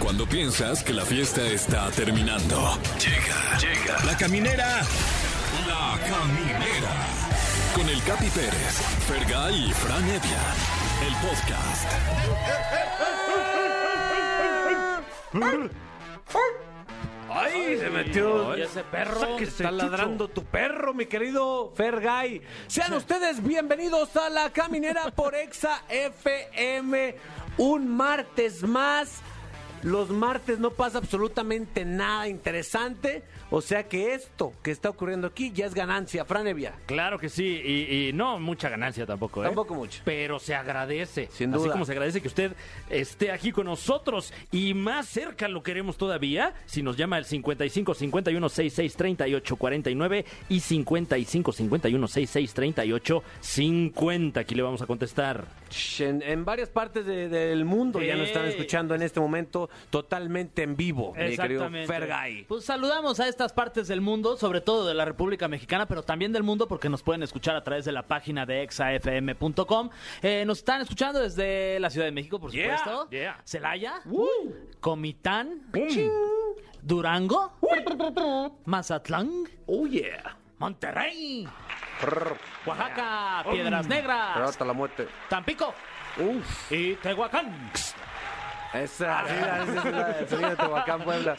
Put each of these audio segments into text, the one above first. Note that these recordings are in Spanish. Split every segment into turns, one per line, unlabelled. Cuando piensas que la fiesta está terminando. Llega, llega. La caminera. La caminera. Con el Capi Pérez, Fergay y Fran Evia. El podcast.
¡Ay! Se metió.
Ay, ese perro
Sáquese,
está ladrando
tu perro, mi querido Fergay. Sean ustedes bienvenidos a la caminera por Exa FM. Un martes más. Los martes no pasa absolutamente nada interesante. O sea que esto que está ocurriendo aquí ya es ganancia, Franevia.
Claro que sí, y, y no mucha ganancia tampoco, ¿eh?
Tampoco mucha.
Pero se agradece.
Sin
Así
duda.
como se agradece que usted esté aquí con nosotros y más cerca lo queremos todavía si nos llama el 55 51 66 38 49 y 55 51 66 38 50. Aquí le vamos a contestar.
Sh, En, en varias partes de- del mundo ya nos están
Sí.
escuchando en este momento totalmente en vivo, mi querido
Exactamente.
Fergay.
Pues saludamos a estas partes del mundo, sobre todo de la República Mexicana, pero también del mundo porque nos pueden escuchar a través de la página de exafm.com. Eh, nos están escuchando desde la Ciudad de México, por
Yeah,
supuesto.
yeah. Uh.
Celaya,
Uh.
Comitán, Durango,
Uh.
Mazatlán,
Oh yeah.
Monterrey, Oaxaca,
Oh.
Piedras
Mm.
Negras,
la muerte.
Tampico y Tehuacán.
Esa, sí, la- esa es la- el sonido de Tehuacán, Puebla.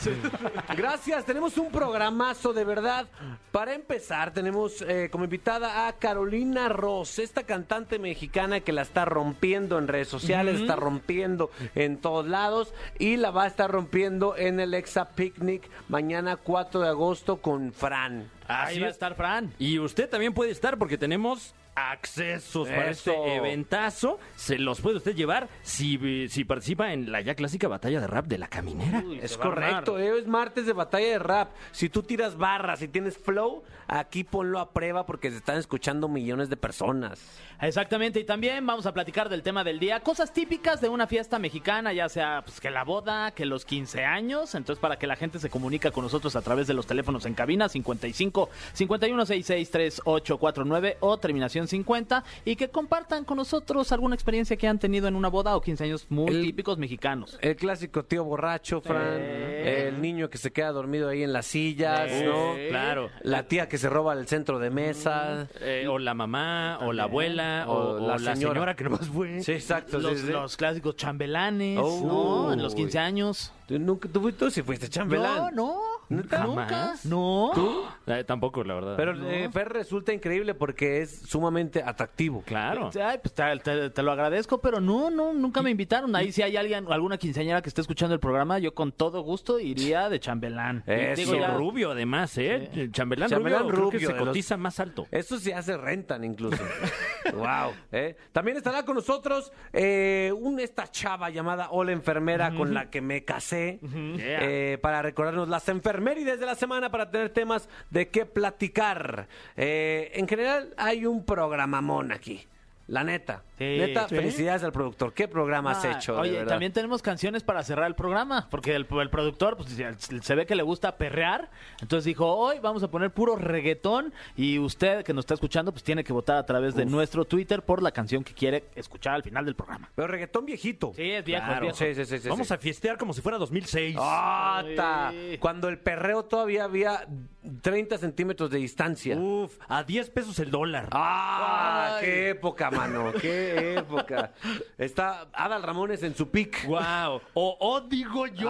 Gracias, tenemos un programazo de verdad. Para empezar, tenemos eh, como invitada a Carolina Ross, esta cantante mexicana que la está rompiendo en redes sociales, está rompiendo en todos lados y la va a estar rompiendo en el Exa Picnic mañana 4 de agosto con Fran.
Ahí
Así
va a
es.
estar Fran.
Y usted también puede estar porque tenemos accesos para
Eso.
este eventazo. Se los puede usted llevar si, si participa en la ya clásica batalla de rap de la caminera.
Uy,
Es
se va a armar.
correcto, eh, es martes de batalla de rap. Si tú tiras barras, si tienes flow, aquí ponlo a prueba porque se están escuchando millones de personas.
Exactamente, y también vamos a platicar del tema del día, cosas típicas de una fiesta mexicana, ya sea pues, que la boda, que los 15 años, entonces para que la gente se comunica con nosotros a través de los teléfonos en cabina 55 51 66 3849 o terminación 50 y que compartan con nosotros alguna experiencia que han tenido en una boda o 15 años muy
El-
típicos mexicanos.
El clásico tío borracho, Fran.
Eh.
El niño que se queda dormido ahí en las sillas,
Eh,
¿no?
claro.
La tía que se roba el centro de mesa.
Eh, o la mamá, o la abuela, o,
Mm. O
o la,
la señora.
señora. que eh. nomás fue.
Sí, exacto. sí,
Los,
sí, sí.
los clásicos chambelanes,
Oh,
¿no? En los 15
Uy.
años.
¿Tú nunca tú, fuiste- tú sí fuiste chambelán?
No, no.
¿Neta?
Nunca.
Jamás.
No.
Eh, tampoco, la verdad.
Pero eh, Fer resulta increíble porque es sumamente atractivo.
claro.
Ay, pues te, te- te lo agradezco, pero no, no, nunca me invitaron. Ahí si hay alguien, alguna quinceañera que esté escuchando el programa, yo con todo gusto iría de chambelán.
Eso,
Digo,
Digo, ya-
rubio además, ¿eh? Chambelán,
Chambelán
rubio, creo que
rubio,
se
de los-
cotiza más alto.
Eso sí hace rentan incluso. wow. ¿eh? También estará con nosotros eh, un- esta chava llamada Hola Enfermera con la que me casé
Yeah.
eh, para recordarnos las enfermerides de la semana para tener temas de qué platicar. Eh, en general hay un programamón aquí. La neta.
Sí.
neta,
Sí.
felicidades al productor. ¿Qué programa has
Ah,
hecho? de
Oye,
verdad?
también tenemos canciones para cerrar el programa, porque el, el productor pues, ya se ve que le gusta perrear, entonces dijo, hoy vamos a poner puro reggaetón y usted que nos está escuchando pues tiene que votar a través de nuestro Twitter por la canción que quiere escuchar al final del programa.
Pero reggaetón viejito.
Sí, es viejo, es viejo.
Sí, sí, sí, sí,
Vamos
sí. Ah.
a fiestear como si fuera 2006.
¡Ata!
Sí.
Cuando el perreo todavía había 30 centímetros de distancia.
Uf, a 10 pesos el dólar.
¡Ah!
Uh. Ay.
¡Qué época, mano! ¡Qué época! Está Adal Ramones en su pick.
Wow. O, o digo yo.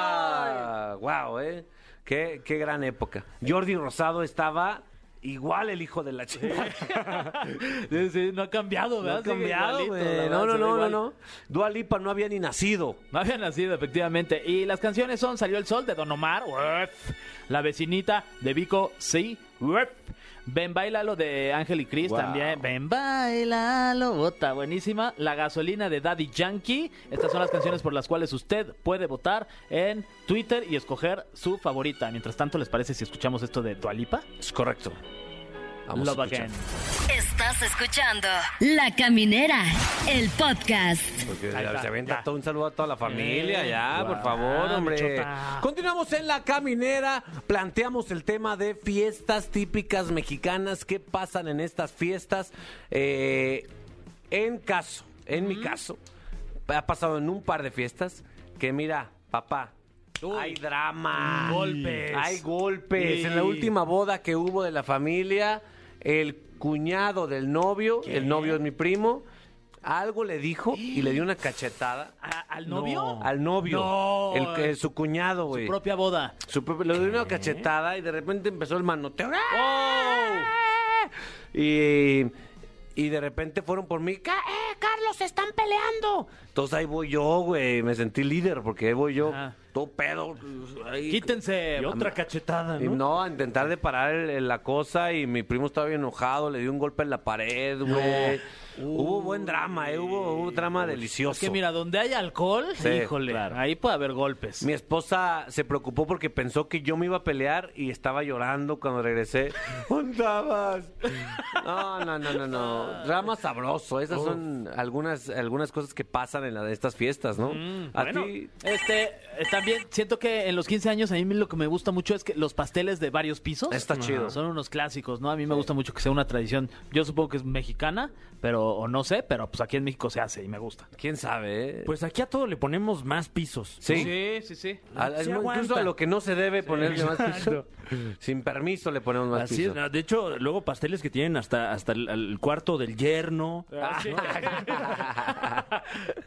¡Ah! ¡Guau, eh! Qué, qué gran época! Jordi Rosado estaba igual el hijo de la chica.
Sí, sí, no ha cambiado,
No
¿verdad?
ha
Sigue
cambiado,
igualito, la
güey.
verdad,
No,
se
no,
ve
no, no,
igual.
no. Dua Lipa no había ni nacido.
No había nacido, efectivamente. Y las canciones son Salió el Sol de Don Omar, uef. La vecinita de Vico, sí, uef. Ven Bailalo de Ángel y Cris
Wow.
también. Ven Bailalo, bota, buenísima. La gasolina de Daddy Yankee. Estas son las canciones por las cuales usted puede votar en Twitter y escoger su favorita. Mientras tanto, ¿les parece si escuchamos esto de Dualipa?
Es correcto. Vamos a
Love
escuchar.
Again.
Estás escuchando La Caminera, el podcast.
Porque
Ahí
se
está,
avienta
ya.
todo un saludo a toda la familia,
Eh,
ya,
guau,
por favor, hombre.
Michota.
Continuamos en la caminera, planteamos el tema de fiestas típicas mexicanas, qué pasan en estas fiestas. Eh, en caso, en mi caso, ha pasado en un par de fiestas que mira, Papá. Hay drama.
Golpes.
Hay golpes.
Sí.
En la última boda que hubo de la familia, el cuñado del novio, el novio es mi primo, algo le dijo y le dio una cachetada.
¿A- ¿Al novio?
Al novio.
No.
El- el- su cuñado, güey.
Propia boda.
Su propio- le dio una cachetada y de repente empezó el manoteo.
¡Oh!
Y, y de repente fueron por mí. "Ca- eh, Carlos, se están peleando! Entonces ahí voy yo, güey. Me sentí líder porque ahí voy yo.
Ajá.
Todo pedo. ahí.
Quítense.
Y otra cachetada,
Y
¿no?
no, a intentar de parar el- el- la cosa y mi primo estaba bien enojado, le dio un golpe en la pared, güey. Hubo buen drama, eh, hubo un drama delicioso.
Es que mira, donde hay alcohol,
Sí,
híjole,
claro.
ahí puede haber golpes.
Mi esposa se preocupó porque pensó que yo me iba a pelear y estaba llorando cuando regresé. ¿Dónde estabas? No, no, no, no, no. Drama sabroso. Esas son algunas, algunas cosas que pasan en la de estas fiestas, ¿no? a
Mm, bueno.
ti.
Este, eh, también siento que en los 15 años a mí lo que me gusta mucho es que los pasteles de varios pisos.
Está
Ajá.
chido.
Son unos clásicos, ¿no? A mí me gusta mucho que sea una tradición. Yo supongo que es mexicana, pero o no sé, pero pues aquí en México se hace y me gusta.
¿Quién sabe? eh?
Pues aquí a todo le ponemos más pisos.
sí.
sí, sí.
A- a-
Se
incluso
aguanta.
a lo que no se debe ponerle más piso. Sin permiso le ponemos más
Así
piso.
es, no, de hecho, luego pasteles que tienen hasta, hasta el, el cuarto del yerno.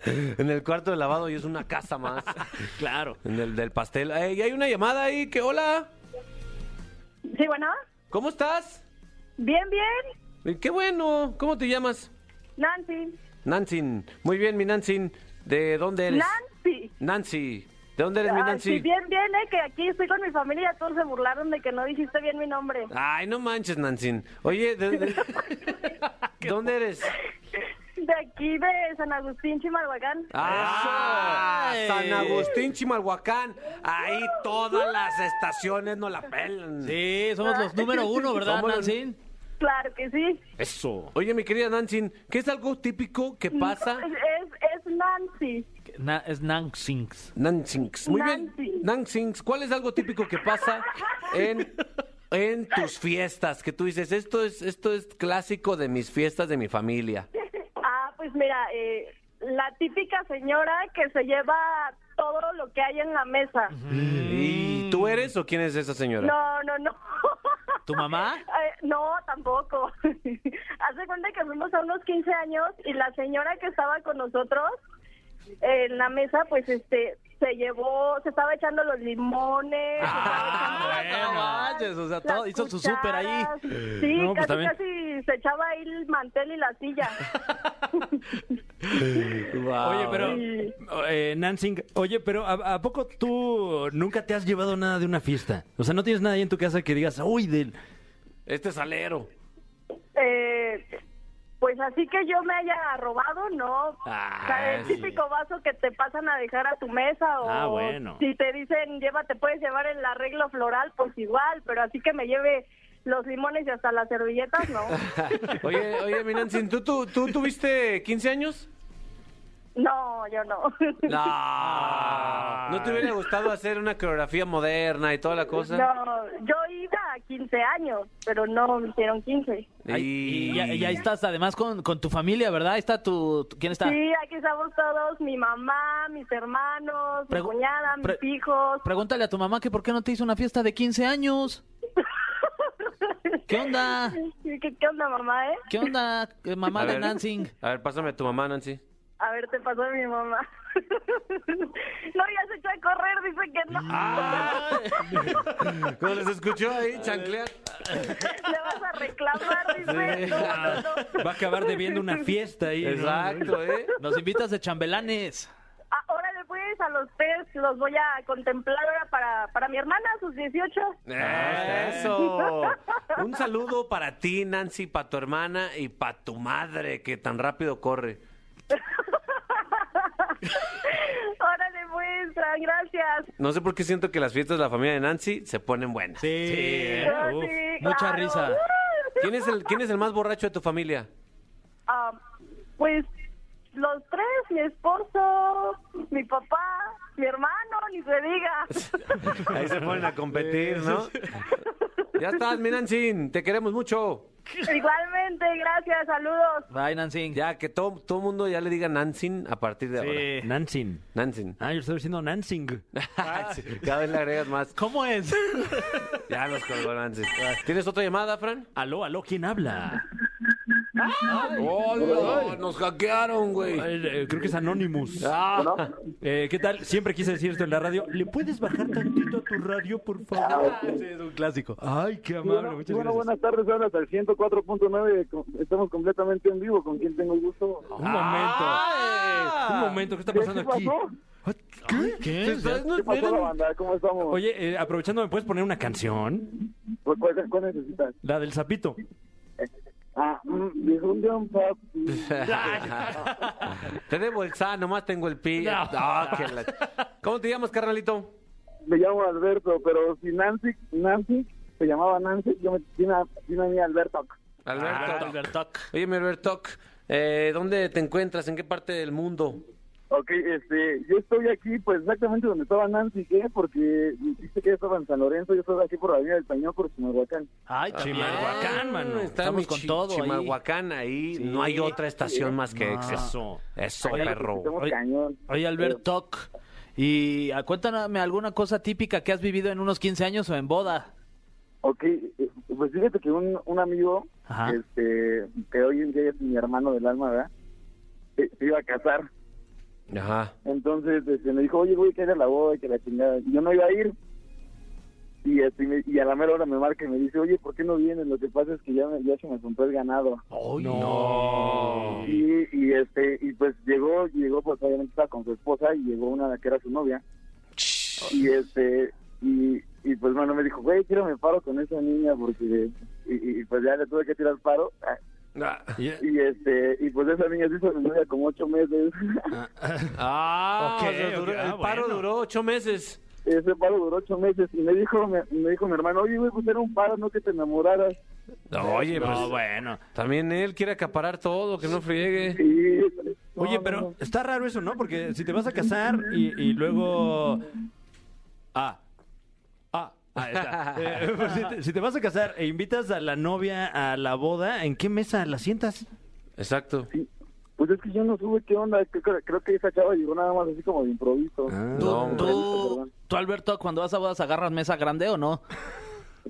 en el cuarto de lavado y es una casa más.
Claro.
En el del pastel. Ey, hay una llamada ahí que hola.
Sí, bueno.
¿Cómo estás?
Bien, bien.
Eh, Qué bueno. ¿Cómo te llamas?
Nancy.
Nancy. Muy bien, mi Nancy. ¿De dónde eres?
Nancy.
Nancy. ¿De dónde eres, mi
Ah, sí,
Nancy?
bien, bien, eh, que aquí estoy con mi familia y todos se burlaron de que no dijiste bien mi nombre.
Ay, no manches, Nancy. Oye, ¿de, de- dónde eres?
De aquí de San Agustín, Chimalhuacán.
Ah,
Ay.
San Agustín, Chimalhuacán. Ahí todas las estaciones no la pelan.
Sí, somos los número uno, ¿verdad,
Somos los-
Nancy?
Claro que sí.
Eso.
Oye, mi querida Nancy, ¿qué es algo típico que pasa?
Es, es- es Nancy.
Na- es Nancy's.
Nansings. Muy bien.
Nansings.
Nansings, ¿cuál es algo típico que pasa en, en tus fiestas? Que tú dices, esto es, esto es clásico de mis fiestas de mi familia.
Ah, pues mira, eh, la típica señora que se lleva todo lo que hay en la mesa.
¿Y tú eres o quién es esa señora?
No, no, no.
¿Tu mamá?
Eh, no, tampoco. Hace cuenta que fuimos a unos 15 años y la señora que estaba con nosotros en la mesa, pues este, se llevó, se estaba echando los limones. se
Ah,
estaba echando
bueno.
las
manches, o sea,
las
todo- hizo su súper ahí.
cucharas. Sí,
No,
casi,
pues también.
casi se echaba ahí el mantel y la silla.
Guau.
Oye, pero. eh, Nansing, oye, pero ¿a, a poco tú nunca te has llevado nada de una fiesta? O sea, no tienes nadie en tu casa que digas, uy, del.
Este es alero.
Eh, pues así que yo me haya robado, no.
Ah,
O sea, el
sí.
típico vaso que te pasan a dejar a tu mesa o
Ah, bueno.
si te dicen lleva, te puedes llevar el arreglo floral, pues igual, pero así que me lleve los limones y hasta las servilletas, no.
Oye, oye, mi Nancy, ¿tú, tú, tú tuviste 15 años?
no, yo no.
No. ¿No te hubiera gustado hacer una coreografía moderna y toda la cosa?
No, yo iba a 15 años, pero no me hicieron 15.
Ay, Y, y- y ahí estás además con, con tu familia, ¿verdad? Ahí está tu... tu- ¿Quién está?
Sí, aquí estamos todos, mi mamá, mis hermanos, mi
Pregu-
cuñada, mis
pre-
hijos.
Pregúntale a tu mamá que por qué no te hizo una fiesta de 15 años. ¿Qué onda?
¿Qué, ¿Qué onda, mamá, eh?
¿Qué onda, eh, mamá
A
de
ver,
Nansing?
A ver, pásame a tu mamá, Nancy.
A ver, te pasó mi mamá. no, ya se echó a correr, dice que no.
Ah.
¿Cómo les escuchó ahí, chanclear?
Le vas a reclamar, dice. No, no, no.
Ah. Va a acabar debiendo una fiesta ahí. ¿no?
Exacto, ¿eh?
Nos invitas de chambelanes.
Ah, Órale, pues, a los tres los voy a contemplar ahora para, para mi hermana, sus 18.
Eso. Un saludo para ti, Nancy, para tu hermana y para tu madre que tan rápido corre.
Órale, pues, ah, gracias.
No sé por qué siento que las fiestas de la familia de Nancy se ponen buenas.
Sí.
eh,
Ah,
Eh, uf,
sí,
mucha
claro.
risa.
¿Quién es el quién es el más borracho de tu familia?
Ah, pues, los tres, mi esposo, mi papá, mi hermano, ni se diga.
Ahí se ponen a competir, ¿no? Ya estás, mi Nancy, te queremos mucho.
Igualmente, excelente, gracias, saludos.
Bye, Nancy.
Ya que todo todo mundo ya le diga Nansin a partir de ahora.
Sí.
Nansin.
Nansin.
Ah, yo estoy diciendo Nansing.
Ah, Cada vez le agregas más.
¿Cómo es?
Ya los colgó Nansin. ¿Tienes otra llamada, Fran?
Aló, aló, ¿quién habla?
¡Hola! Nos hackearon, güey.
Eh, eh, creo que es Anonymous.
Ah,
Eh, ¿Qué tal? Siempre quise decir esto en la radio. ¿Le puedes bajar tantito a tu radio, por favor?
es un clásico.
Ah, Ay, qué amable,
Bueno,
muchas
bueno,
gracias.
buenas tardes, hablas al 104.9, co- estamos completamente en vivo, con quien tengo el gusto.
Un momento. Un momento, ¿qué está
¿Qué
pasando
pasó?
aquí? What? Ah. ¿Qué?
¿Qué?
¿sabes? No,
¿Qué pasó la
eran-
banda? ¿Cómo estamos?
Oye, eh, aprovechando, ¿me puedes poner una canción?
¿Cu- ¿Cuál, cuál necesitas?
La del sapito.
Ah, mm, dijo un mm, John Papi.
Te debo el sa, nomás tengo el pi.
No.
Ah, que la- ¿Cómo te llamas, carnalito?
Me llamo Alberto, pero si Nancy, Nancy se llamaba Nancy, yo me tiene a tiene a mí Alberto.
Ah, Alberto.
Albertoc.
Oye, mi Alberto, eh, ¿dónde te encuentras? ¿En qué parte del mundo?
Ok, este, yo estoy aquí, pues exactamente donde estaba Nancy, ¿qué? Porque dijiste que yo estaba en San Lorenzo, yo estaba aquí por la avenida del Pañón, por Chimalhuacán.
Ay,
Chimalhuacán,
Ah,
mano.
Estamos
mi
con
chi-
todo ahí.
Chimalhuacán, ahí no hay otra estación más que Exxon.
Eso.
Eso,
Allá nos
perro.
escuchamos
Oye.
cañón.
Oye, Albertoc. Y ah, cuéntame alguna cosa típica que has vivido en unos 15 años o en boda.
Ok, eh, pues fíjate que un, un amigo,
Ajá.
este, que hoy en día es mi hermano del alma, ¿verdad? Se, se iba a casar.
Ajá.
Entonces este, me dijo, oye, güey, que era la boda, que la chingada. Y yo no iba a ir. Y, este, me- y a la mera hora me marca y me dice, oye, ¿por qué no vienes? Lo que pasa es que ya, me- ya se me juntó el ganado.
no.
Y, y este y pues llegó llegó pues obviamente estaba con su esposa y llegó una que era su novia y este y, y pues bueno me dijo güey quiero me paro con esa niña porque y, y- y, pues ya le tuve que tirar paro Ah, y este y pues esa niña se hizo mi novia como ocho meses
Ah,
Ok,
o sea, duró-
ok,
el
ah,
paro
bueno.
duró ocho meses.
ese paro duró ocho meses y me dijo me, me dijo mi hermano oye güey pues era un paro no que te enamoraras
Oye, pues
No, bueno.
también él quiere acaparar todo, que no friegue.
y
Oye,
no, no,
pero
no.
está raro eso, ¿no? Porque si te vas a casar y, y luego... Ah. Ah. Ahí está. Eh, pues, si, te, si te vas a casar e invitas a la novia a la boda, ¿en qué mesa la sientas?
Exacto.
pues es que yo no supe qué onda creo, que- creo que esa chava llegó nada más así como de improviso
Ah.
¿Tú,
No, hombre.
tú, tú, Alberto, cuando vas a bodas agarras mesa grande o no?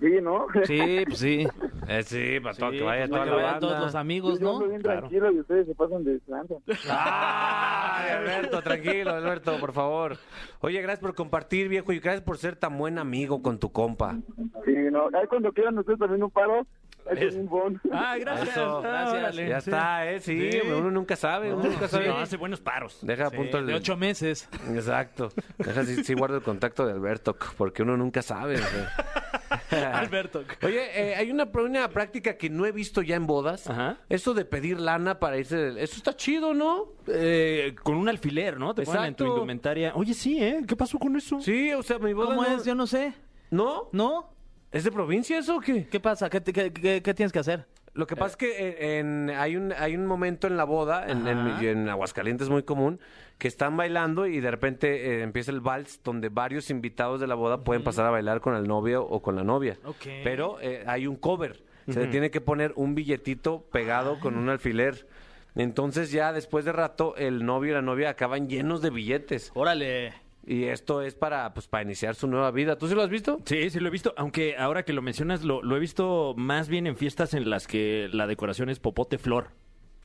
sí no
Sí, pues sí.
Eh, sí, para todo
Sí,
que vaya
pues,
toda
que
la
vayan
banda.
todos los amigos,
Yo
Pues ¿no?
ando bien tranquilo y ustedes se pasan de lanza.
Ah, Alberto, tranquilo, Alberto, por favor. Oye, gracias por compartir, viejo, y gracias por ser tan buen amigo con tu compa.
Sí, no. Ahí cuando quieran ustedes también un paro, es un bon.
Ah, gracias.
Eso.
Gracias,
órale.
Sí,
ya está, ¿eh? Sí,
Sí.
uno nunca sabe, uno nunca
Sí,
sabe.
no, hace buenos paros.
Deja a punto el...
De ocho meses.
Exacto. Deja si, si guardo el contacto de Alberto, porque uno nunca sabe. güey.
Alberto.
Oye, eh, hay una, una práctica que no he visto ya en bodas.
Ajá.
Eso de pedir lana para irse... del- Eso está chido, ¿no?
Eh, con un alfiler, ¿no? Te ponen en tu
Exacto.
indumentaria. Oye, sí, ¿eh? ¿Qué pasó con eso?
Sí, o sea, mi boda
¿Cómo
no...
es? Yo no sé.
¿No?
¿No?
¿Es de provincia eso o qué?
¿Qué pasa? ¿Qué, te- qué- qué- qué tienes que hacer?
Lo que pasa es que en, en- hay, un, hay un momento en la boda, en, en-
Ajá.
y en Aguascalientes es muy común, que están bailando y de repente eh, empieza el vals donde varios invitados de la boda pueden pasar a bailar con el novio o con la novia.
Ok.
Pero eh, hay un cover. Se le tiene que poner un billetito pegado con un alfiler. Entonces ya después de rato el novio y la novia acaban llenos de billetes.
Órale.
Y esto es para, pues, para iniciar su nueva vida. ¿Tú sí lo has visto?
Sí, sí lo he visto, aunque ahora que lo mencionas lo, lo he visto más bien en fiestas en las que la decoración es popote flor.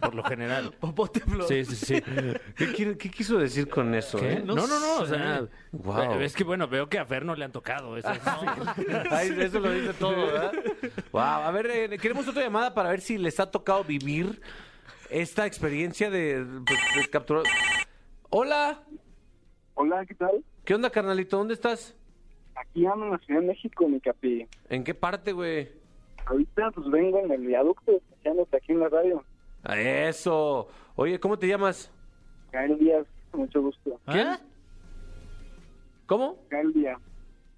Por lo general.
Popote flor.
Sí, sí, sí.
¿Qué, quiere- qué quiso decir con eso?
¿Qué?
eh?
No, no, no, o
sé.
sea,
Guau.
es que bueno, veo que a Fer no le han tocado eso.
Ay, eso lo dice todo, ¿verdad? Wow, a ver, eh, queremos otra llamada para ver si les ha tocado vivir esta experiencia de, pues, de capturar. Hola,
Hola, ¿qué tal?
¿qué onda, carnalito? ¿Dónde estás?
Aquí ando en la Ciudad de México, mi capi.
¿En qué parte, güey?
Ahorita pues vengo en el viaducto, escuchándote aquí en la radio.
A Ah, Eso. Oye, ¿cómo te llamas?
Gael Díaz, mucho gusto.
¿Quién?
¿Cómo?
Gael Díaz.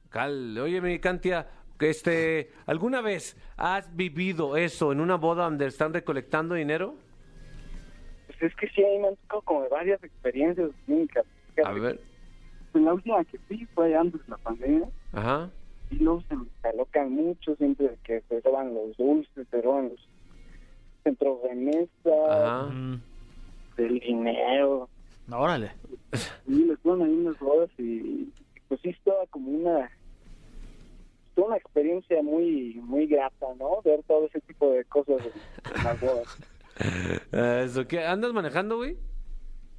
Cal, oye, mi Cantia, que este, ¿alguna vez has vivido eso en una boda donde están recolectando dinero?
Pues es que sí, ahí me han tocado como varias experiencias, mi capi.
A ver,
Pues, La última que fui fue antes de la pandemia.
ajá.
Y luego se me alocan mucho siempre de que se roban los dulces, se roban los entró Vanessa,
Ajá.
del dinero.
Mm, Órale.
Y les ponen ahí unas bodas y pues sí estaba como una toda una experiencia muy muy grata, ¿no? Ver todo ese tipo de cosas en, en las bodas.
Eso, ¿qué? ¿Andas manejando, güey?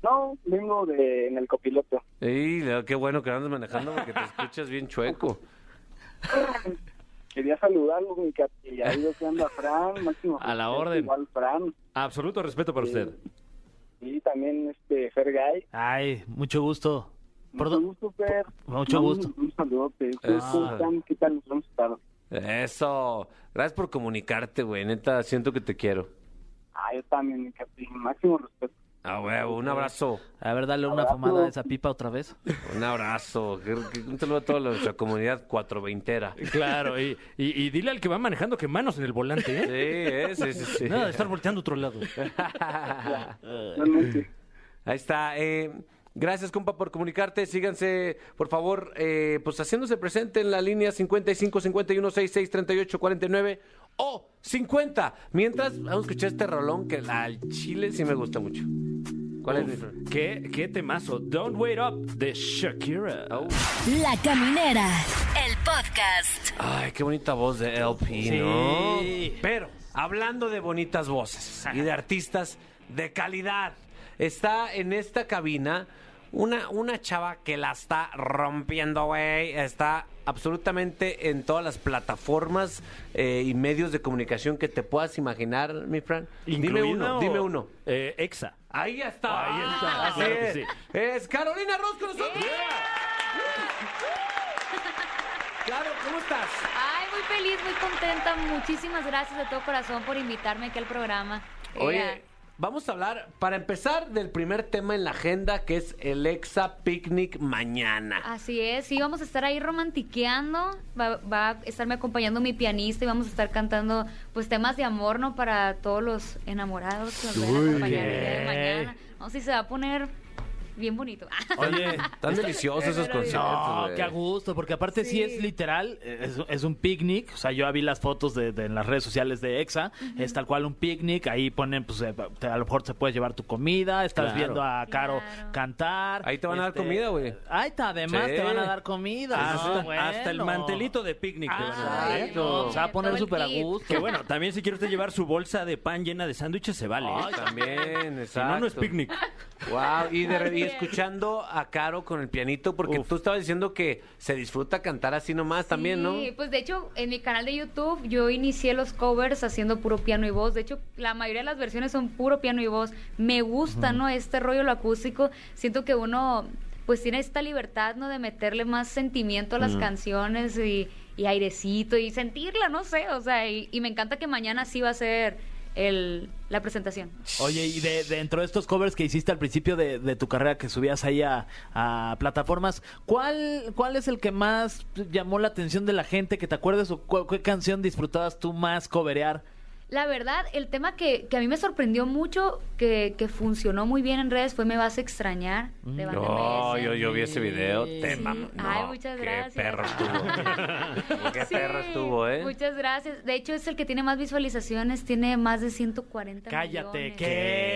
No, vengo de en el copiloto.
Y qué bueno que andas manejando porque te escuchas bien chueco.
Quería saludarlos, mi capi. y Ahí veo que anda Fran, Máximo.
A la
Jorge,
orden.
Igual Fran.
Absoluto respeto para usted.
Y también este Fergay.
Ay, mucho gusto. ¿Por
Mucho
dó-
gusto, Fer.
Mucho
Un-
gusto. Ah.
Un, saludote.
Eso.
¿Cómo están? ¿Qué tal? Nos vemos tarde.
Eso. Gracias por comunicarte, güey. Neta, siento que te quiero.
Ah, yo también, mi capi. Máximo respeto.
Ah, huevo, un abrazo.
A ver, dale una fumada a esa pipa otra vez.
Pues
Un abrazo. Un saludo a toda nuestra comunidad cuatroveintera. Sí,
Claro, y, y- y dile al que va manejando que manos en el volante, ¿eh?
eh, sí, sí, sí.
Nada de estar volteando a otro lado.
Eh.
Realmente.
Ahí está. eh, gracias, compa, por comunicarte. Síganse, por favor, eh, pues haciéndose presente en la línea 55 51 66 38 49 o 50. Mientras, vamos a escuchar este rolón que la- al chile sí me gusta mucho. ¿Cuál es mi
¿Qué, qué temazo. Don't wait up de Shakira.
Oh.
La Caminera, el podcast.
Ay, qué bonita voz de LP, ¿no? Pero, hablando de bonitas voces y de artistas de calidad, está en esta cabina una, una chava que la está rompiendo, güey. Está absolutamente en todas las plataformas eh, y medios de comunicación que te puedas imaginar, mi Fran. Dime
Incluido,
uno, dime uno.
eh, Exa.
Ahí está.
Ahí está,
Así
claro que
es.
sí.
Es Carolina Ross con nosotros. Claro, ¿cómo estás?
Ay, muy feliz, muy contenta. Muchísimas gracias de todo corazón por invitarme aquí al programa.
Oye,
Era-
vamos a hablar, para empezar, del primer tema en la agenda, que es el Exa Picnic mañana.
Así es, sí, vamos a estar ahí romantiqueando, va, va a estarme acompañando mi pianista y vamos a estar cantando pues temas de amor, ¿no? Para todos los enamorados que nos vayan a acompañar el día de mañana. No sé si se va a poner bien bonito.
Oye,
Tan deliciosos esos
Pero,
conciertos.
No,
güey.
qué a gusto, porque aparte sí, es literal, es, es un picnic, o sea, yo vi las fotos de, de- en las redes sociales de EXA, es tal cual un picnic, ahí ponen, pues eh, te- a lo mejor te puedes llevar tu comida, estás
Claro.
viendo a Caro
Claro.
cantar. este,
Ahí te van a dar comida, güey.
Ahí está, además
Sí.
te van a dar comida.
Hasta,
No,
hasta el
bueno.
mantelito de picnic. te van a dar,
Ay,
¿eh?
no,
Exacto.
pues, se va a poner
Todo el
súper a
kit.
gusto.
Que bueno, también si quiere usted llevar su bolsa de pan llena de sándwiches, se vale. ¿eh?
Ay, también,
Si no, no es
exacto.
picnic.
Wow, y, de- y escuchando a Caro con el pianito, porque tú estabas diciendo que se disfruta cantar así nomás también, ¿no?
Sí, pues de hecho, en mi canal de YouTube yo inicié los covers haciendo puro piano y voz. De hecho, la mayoría de las versiones son puro piano y voz. Me gusta, ¿no? Este rollo, lo acústico. Siento que uno, pues tiene esta libertad, ¿no? De meterle más sentimiento a las
Mm.
canciones y, y airecito y sentirla, no sé. O sea, y, y me encanta que mañana sí va a ser el, la presentación.
Oye, y de, dentro de estos covers que hiciste al principio de, de tu carrera, que subías ahí a, a plataformas, ¿cuál, ¿cuál es el que más llamó la atención de la gente que te acuerdes o cu- qué canción disfrutabas tú más coverear?
La verdad, el tema que, que a mí me sorprendió mucho, que, que funcionó muy bien en redes, fue Me Vas a Extrañar. de pues, Banda
No,
MS.
yo, yo vi ese video, te
Sí.
mam- no,
Ay, muchas
qué
gracias.
perro estuvo. qué
Sí,
perro estuvo, ¿eh?
Muchas gracias. De hecho, es el que tiene más visualizaciones, tiene más de 140
Cállate,
millones.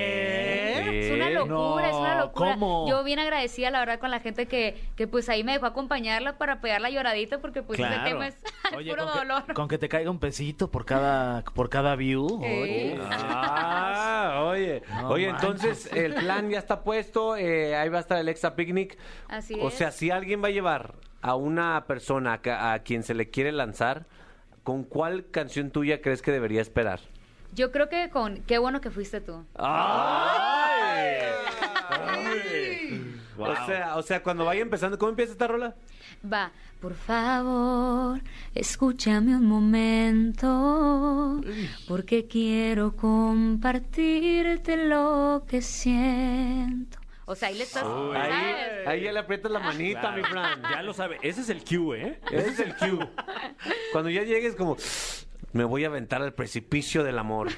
¿qué?
Es una locura, es una
No,
locura.
¿cómo?
Yo bien agradecida, la verdad, con la gente que, que pues ahí me dejó acompañarla para pegar la lloradita, porque pues ese tema es
Oye,
puro
con,
dolor.
Que, con que te caiga un pesito por cada, por cada view.
Eh.
oye.
Ah, oye.
No
oye,
manches.
entonces el plan ya está puesto. eh, ahí va a estar el Exa Picnic.
Así
o
es.
sea, si alguien va a llevar a una persona a, ca- a quien se le quiere lanzar, ¿con cuál canción tuya crees que debería esperar?
Yo creo que con Qué bueno que fuiste tú.
O sea, o sea, cuando vaya empezando, ¿cómo empieza esta rola?
Va, por favor, escúchame un momento, porque quiero compartirte lo que siento. O sea, ahí le estás,
Ahí,
¿sabes?
ahí ya le aprietas la manita, mi Fran.
Ya lo sabe. Ese es el Q, ¿eh?
Ese es el cue. Cuando ya llegues como me voy a aventar al precipicio del amor.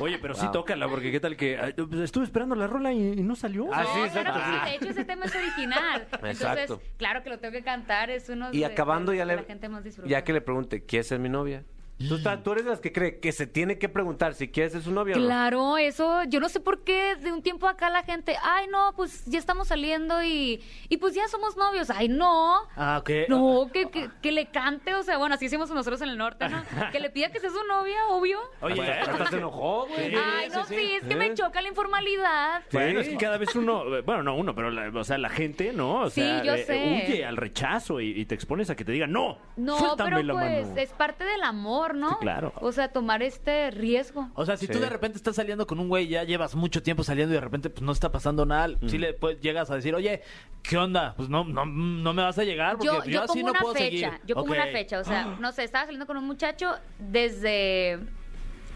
Oye, pero sí tócala, porque qué tal que. ay, pues, Estuve esperando la rola y, y no salió.
Ah,
No,
sí,
claro
exacto,
que sí.
sí.
De hecho, ese tema es original.
Exacto.
Entonces, claro que lo tengo que cantar, es uno
Y
de-
acabando
de
ya
los que
le
la gente más disfruta.
ya que le pregunte, ¿quieres ser mi novia? Tú, estás- tú eres de las que cree que se tiene que preguntar si quieres ser su novia o no.
Claro, eso, yo no sé por qué de un tiempo acá la gente, ay no, pues ya estamos saliendo y, y pues ya somos novios, ay no.
Ah, ok.
No, que, que, que le cante, o sea, bueno, así hicimos nosotros en el norte, ¿no? Que le pida que sea su novia, obvio.
Oye,
Hasta-
¿eh?
hasta se enojó, güey.
Sí,
Ay, no,
sí,
sí,
sí.
es que
¿Eh?
me choca la informalidad.
Bueno, es que cada vez uno, bueno, no uno, pero la, o sea, la gente, ¿no? O
Sí,
sea, eh,
yo sé.
huye al rechazo y, y te expones a que te digan, no,
No,
suéltame la
pero pues
mano.
es parte del amor, ¿no?
Sí, claro.
O sea, tomar este riesgo.
O sea, si tú
Sí.
de repente estás saliendo con un güey, ya llevas mucho tiempo saliendo y de repente pues no está pasando nada, si le pues, llegas a decir, oye, ¿qué onda? Pues no, no, no me vas a llegar porque pues,
Yo,
yo,
yo
así
pongo
no
una
puedo
fecha,
seguir.
yo pongo una
Ok.
fecha, o sea, no sé, estaba saliendo con un muchacho desde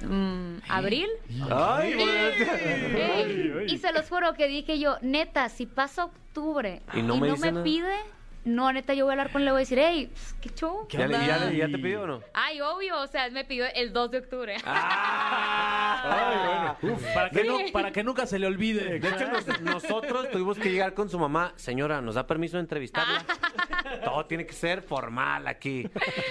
mm, abril.
Ay, güey.
Ey, Y se los juro que dije yo, neta, si pasa octubre
Y
y no
no me
me,
dice nada.
pide, no, neta, yo voy a hablar con él, le voy a decir, hey, pues, qué show.
¿Qué
¿Ya, le-
onda?
ya le- ya te pidió o no?
Ay, obvio, o sea, él me pidió el 2 de octubre.
Ah, ay, bueno.
Uf, para, que
Sí.
no- para que nunca se le olvide.
De hecho, nos- nosotros tuvimos que llegar con su mamá. Señora, ¿nos da permiso de entrevistarla?
Ah.
Todo tiene que ser formal aquí.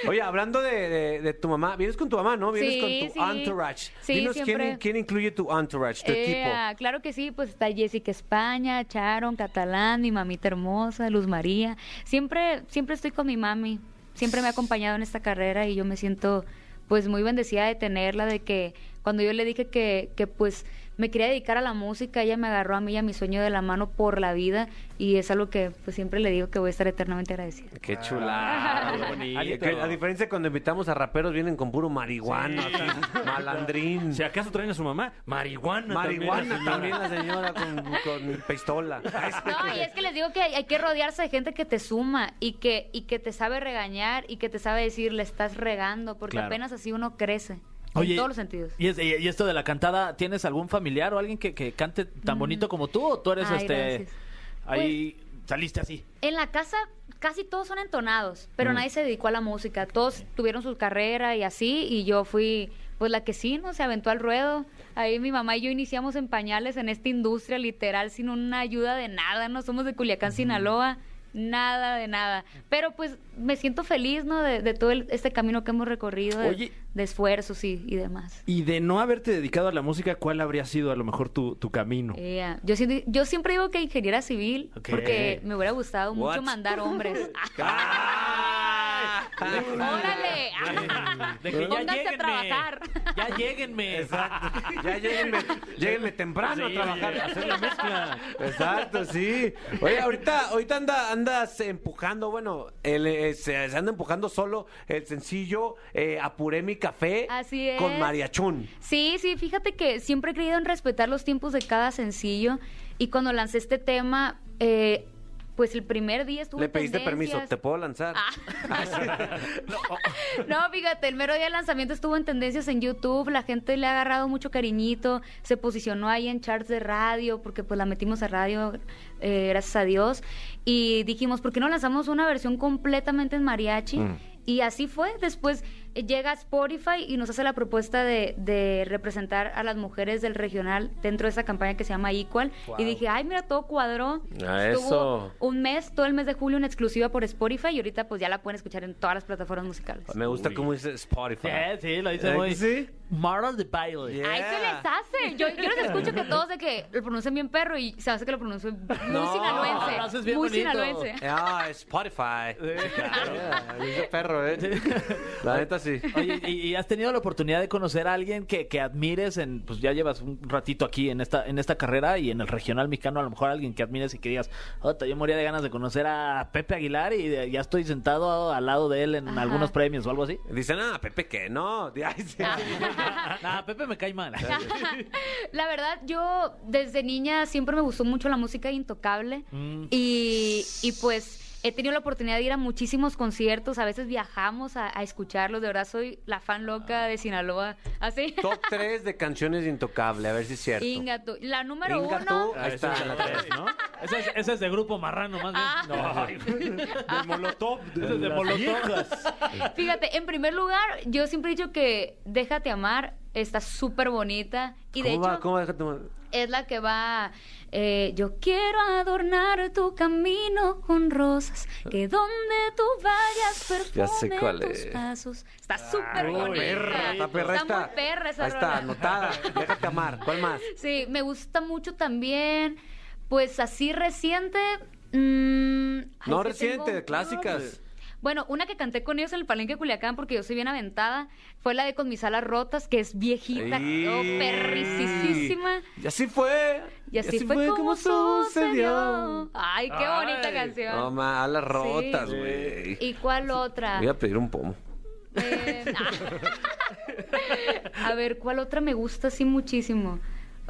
Oye, hablando de, de- de tu mamá, vienes con tu mamá, ¿no? Vienes
Sí,
con tu
sí.
entourage.
Sí,
Dinos quién,
siempre. Eh,
quién incluye tu entourage, tu equipo.
Ea, claro que sí, pues está Jessica España, Charon, Catalán, mi mamita hermosa, Luz María. Siempre, siempre estoy con mi mami. Siempre me ha acompañado en esta carrera y yo me siento pues muy bendecida de tenerla, de que cuando yo le dije que, que pues me quería dedicar a la música, ella me agarró a mí y a mi sueño de la mano por la vida y es algo que pues siempre le digo que voy a estar eternamente agradecida.
Qué chulada.
qué bonito.
A, que- a diferencia de cuando invitamos a raperos, vienen con puro marihuana, aquí, malandrín.
Si acaso traen a su mamá, marihuana.
Marihuana
también.
también la señora con, con pistola.
No, y es que les digo que hay, hay que rodearse de gente que te suma y que, y que te sabe regañar y que te sabe decir le estás regando, porque
Claro.
apenas así uno crece.
Oye,
en todos los sentidos.
Y, es- y- y esto de la cantada, ¿tienes algún familiar o alguien que, que cante tan bonito como tú? ¿O tú eres
Mm. Ay,
este.
gracias. Pues
Ahí saliste así.
En la casa casi todos son entonados, pero nadie se dedicó a la música. Todos tuvieron su carrera y así, y yo fui pues la que sí, ¿no? Se aventó al ruedo. Ahí mi mamá y yo iniciamos en pañales en esta industria literal, sin una ayuda de nada, no somos de Culiacán, Sinaloa, nada de nada. Pero pues me siento feliz, ¿no? De, de todo el- este camino que hemos recorrido, de,
Oye.
de esfuerzos y, y demás.
Y de no haberte dedicado a la música, ¿cuál habría sido a lo mejor tu, tu camino?
Ea, Eh, Yo, siento- yo siempre digo que ingeniera civil,
Ok.
porque me hubiera gustado
What?
mucho mandar hombres. ¡Órale!
De que ya
Pónganse
lléguenme.
a trabajar.
Ya lléguenme.
Exacto. Ya lléguenme, lléguenme temprano a trabajar.
hacer la mezcla.
Exacto, sí. Oye, ahorita, ahorita anda, andas empujando, bueno, el, eh, se, se anda empujando solo el sencillo eh, Apuré mi café
Así es.
con Mariachón.
Sí, sí, fíjate que siempre he creído en respetar los tiempos de cada sencillo y cuando lancé este tema, eh, pues el primer día estuvo
Le
en
pediste
tendencias. Ah.
permiso, te puedo lanzar.
No, fíjate, el mero día del lanzamiento estuvo en tendencias en YouTube, la gente le ha agarrado mucho cariñito, se posicionó ahí en charts de radio, porque pues la metimos a radio, eh, gracias a Dios, y dijimos, ¿por qué no lanzamos una versión completamente en mariachi? Y así fue, después eh, llega Spotify y nos hace la propuesta de, de representar a las mujeres del regional dentro de esa campaña que se llama Equal. Y dije, ay, mira, todo cuadró.
Ah,
Estuvo
eso.
un mes, todo el mes de julio en exclusiva por Spotify y ahorita pues ya la pueden escuchar en todas las plataformas musicales.
Me gusta cómo dice Spotify.
Sí, sí, lo dice
¿Eh,
muy.
que sí?
Moral de baile.
Yeah.
Ay, se les hace. Yo, yo les escucho que todos de que lo pronuncian bien perro y se hace que lo pronuncian muy
No,
sinaloense.
lo haces bien
muy
bonito.
sinaloense.
Ah, Spotify. Sí, claro. Yeah, dice perro, ¿eh? La neta sí.
Oye, ¿y, y has tenido la oportunidad de conocer a alguien que, que admires en, pues ya llevas un ratito aquí en esta, en esta carrera y en el regional mexicano, a lo mejor alguien que admires y que digas, "Ota, yo moría de ganas de conocer a Pepe Aguilar y de- ya estoy sentado al lado de él en
Ajá.
algunos premios o algo así.
Dicen, ah, Pepe, que no. Ay, sí.
Ah, Pepe me cae mal.
La verdad, yo desde niña siempre me gustó mucho la música intocable
Mm.
y, y, pues he tenido la oportunidad de ir a muchísimos conciertos, a veces viajamos a, a escucharlos, de verdad soy la fan loca
Ah.
de Sinaloa, así.
Top 3 de canciones de Intocable, a ver si es cierto.
Ingato. La número
Inga
uno.
tú. Ahí está, Ah, la tres,
¿no?
Ese es, ese es de grupo marrano, más bien.
Ah.
De Molotov.
Ese es de
las
Molotov.
viejas.
Fíjate, en primer lugar, yo siempre he dicho que Déjate amar está súper bonita. Y de
¿Cómo va?
hecho,
¿Cómo va? Déjate-
es la que va. eh, yo quiero adornar tu camino con rosas, que donde tú vayas
Ya sé
perfume
cuál
tus
es.
pasos. Está
Ah,
súper
Uy,
bonita.
perra, está
Está
perra esta.
muy perra esa
Ahí está,
rola.
anotada. Déjate amar. ¿Cuál más?
Sí, me gusta mucho también. Pues así reciente. mm, ay,
No
es que
reciente,
tengo-
clásicas.
Bueno, una que canté con ellos en el Palenque de Culiacán, porque yo soy bien aventada, fue la de Con mis alas rotas, que es viejita,
Sí.
oh, perricisísima.
Y así fue.
Y así, fue, como sucedió. Ay, qué bonita
Ay.
canción.
No, ma, alas rotas,
Sí.
güey.
¿Y cuál otra?
Voy a pedir un pomo.
Eh, a ver, ¿cuál otra me gusta así muchísimo?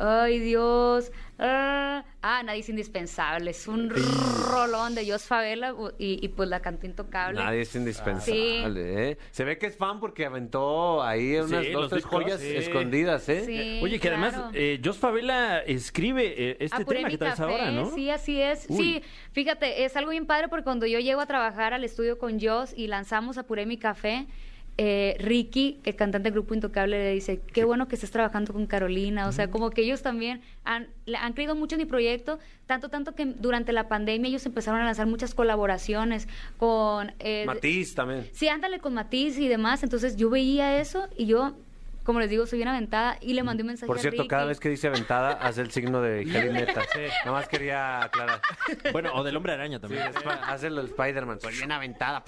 Ay, Dios. Ah, ah, nadie es indispensable. Es un rolón de Dios Favela u- y, y pues la cantó intocable.
Nadie es indispensable, ¿eh? Se ve que es fan porque aventó ahí unas
Sí, los
dos, tres
discos,
joyas
sí.
escondidas, ¿eh?
Sí,
Oye, que
claro.
además, eh, Jos Favela escribe eh, este
Apuré
tema
mi
que traes
café,
ahora, ¿no?
¿eh? Sí, así es.
Uy.
Sí, fíjate, es algo bien padre porque cuando yo llego a trabajar al estudio con Joss y lanzamos Apuré mi café, eh, Ricky, el cantante del grupo Intocable, le dice, qué bueno que estés trabajando con Carolina. O sea, como que ellos también han, le han creído mucho en mi proyecto, tanto, tanto que durante la pandemia ellos empezaron a lanzar muchas colaboraciones con... eh,
Matiz también.
Sí, ándale con Matiz y demás. Entonces yo veía eso y yo, como les digo, soy bien aventada y le mandé un mensaje
Por
a
cierto,
Ricky.
cada vez que dice aventada, hace el signo de heavy metal. Nada más quería aclarar.
Bueno, o del hombre araña también.
Sp- Hace el Spider-Man. Soy bien aventada.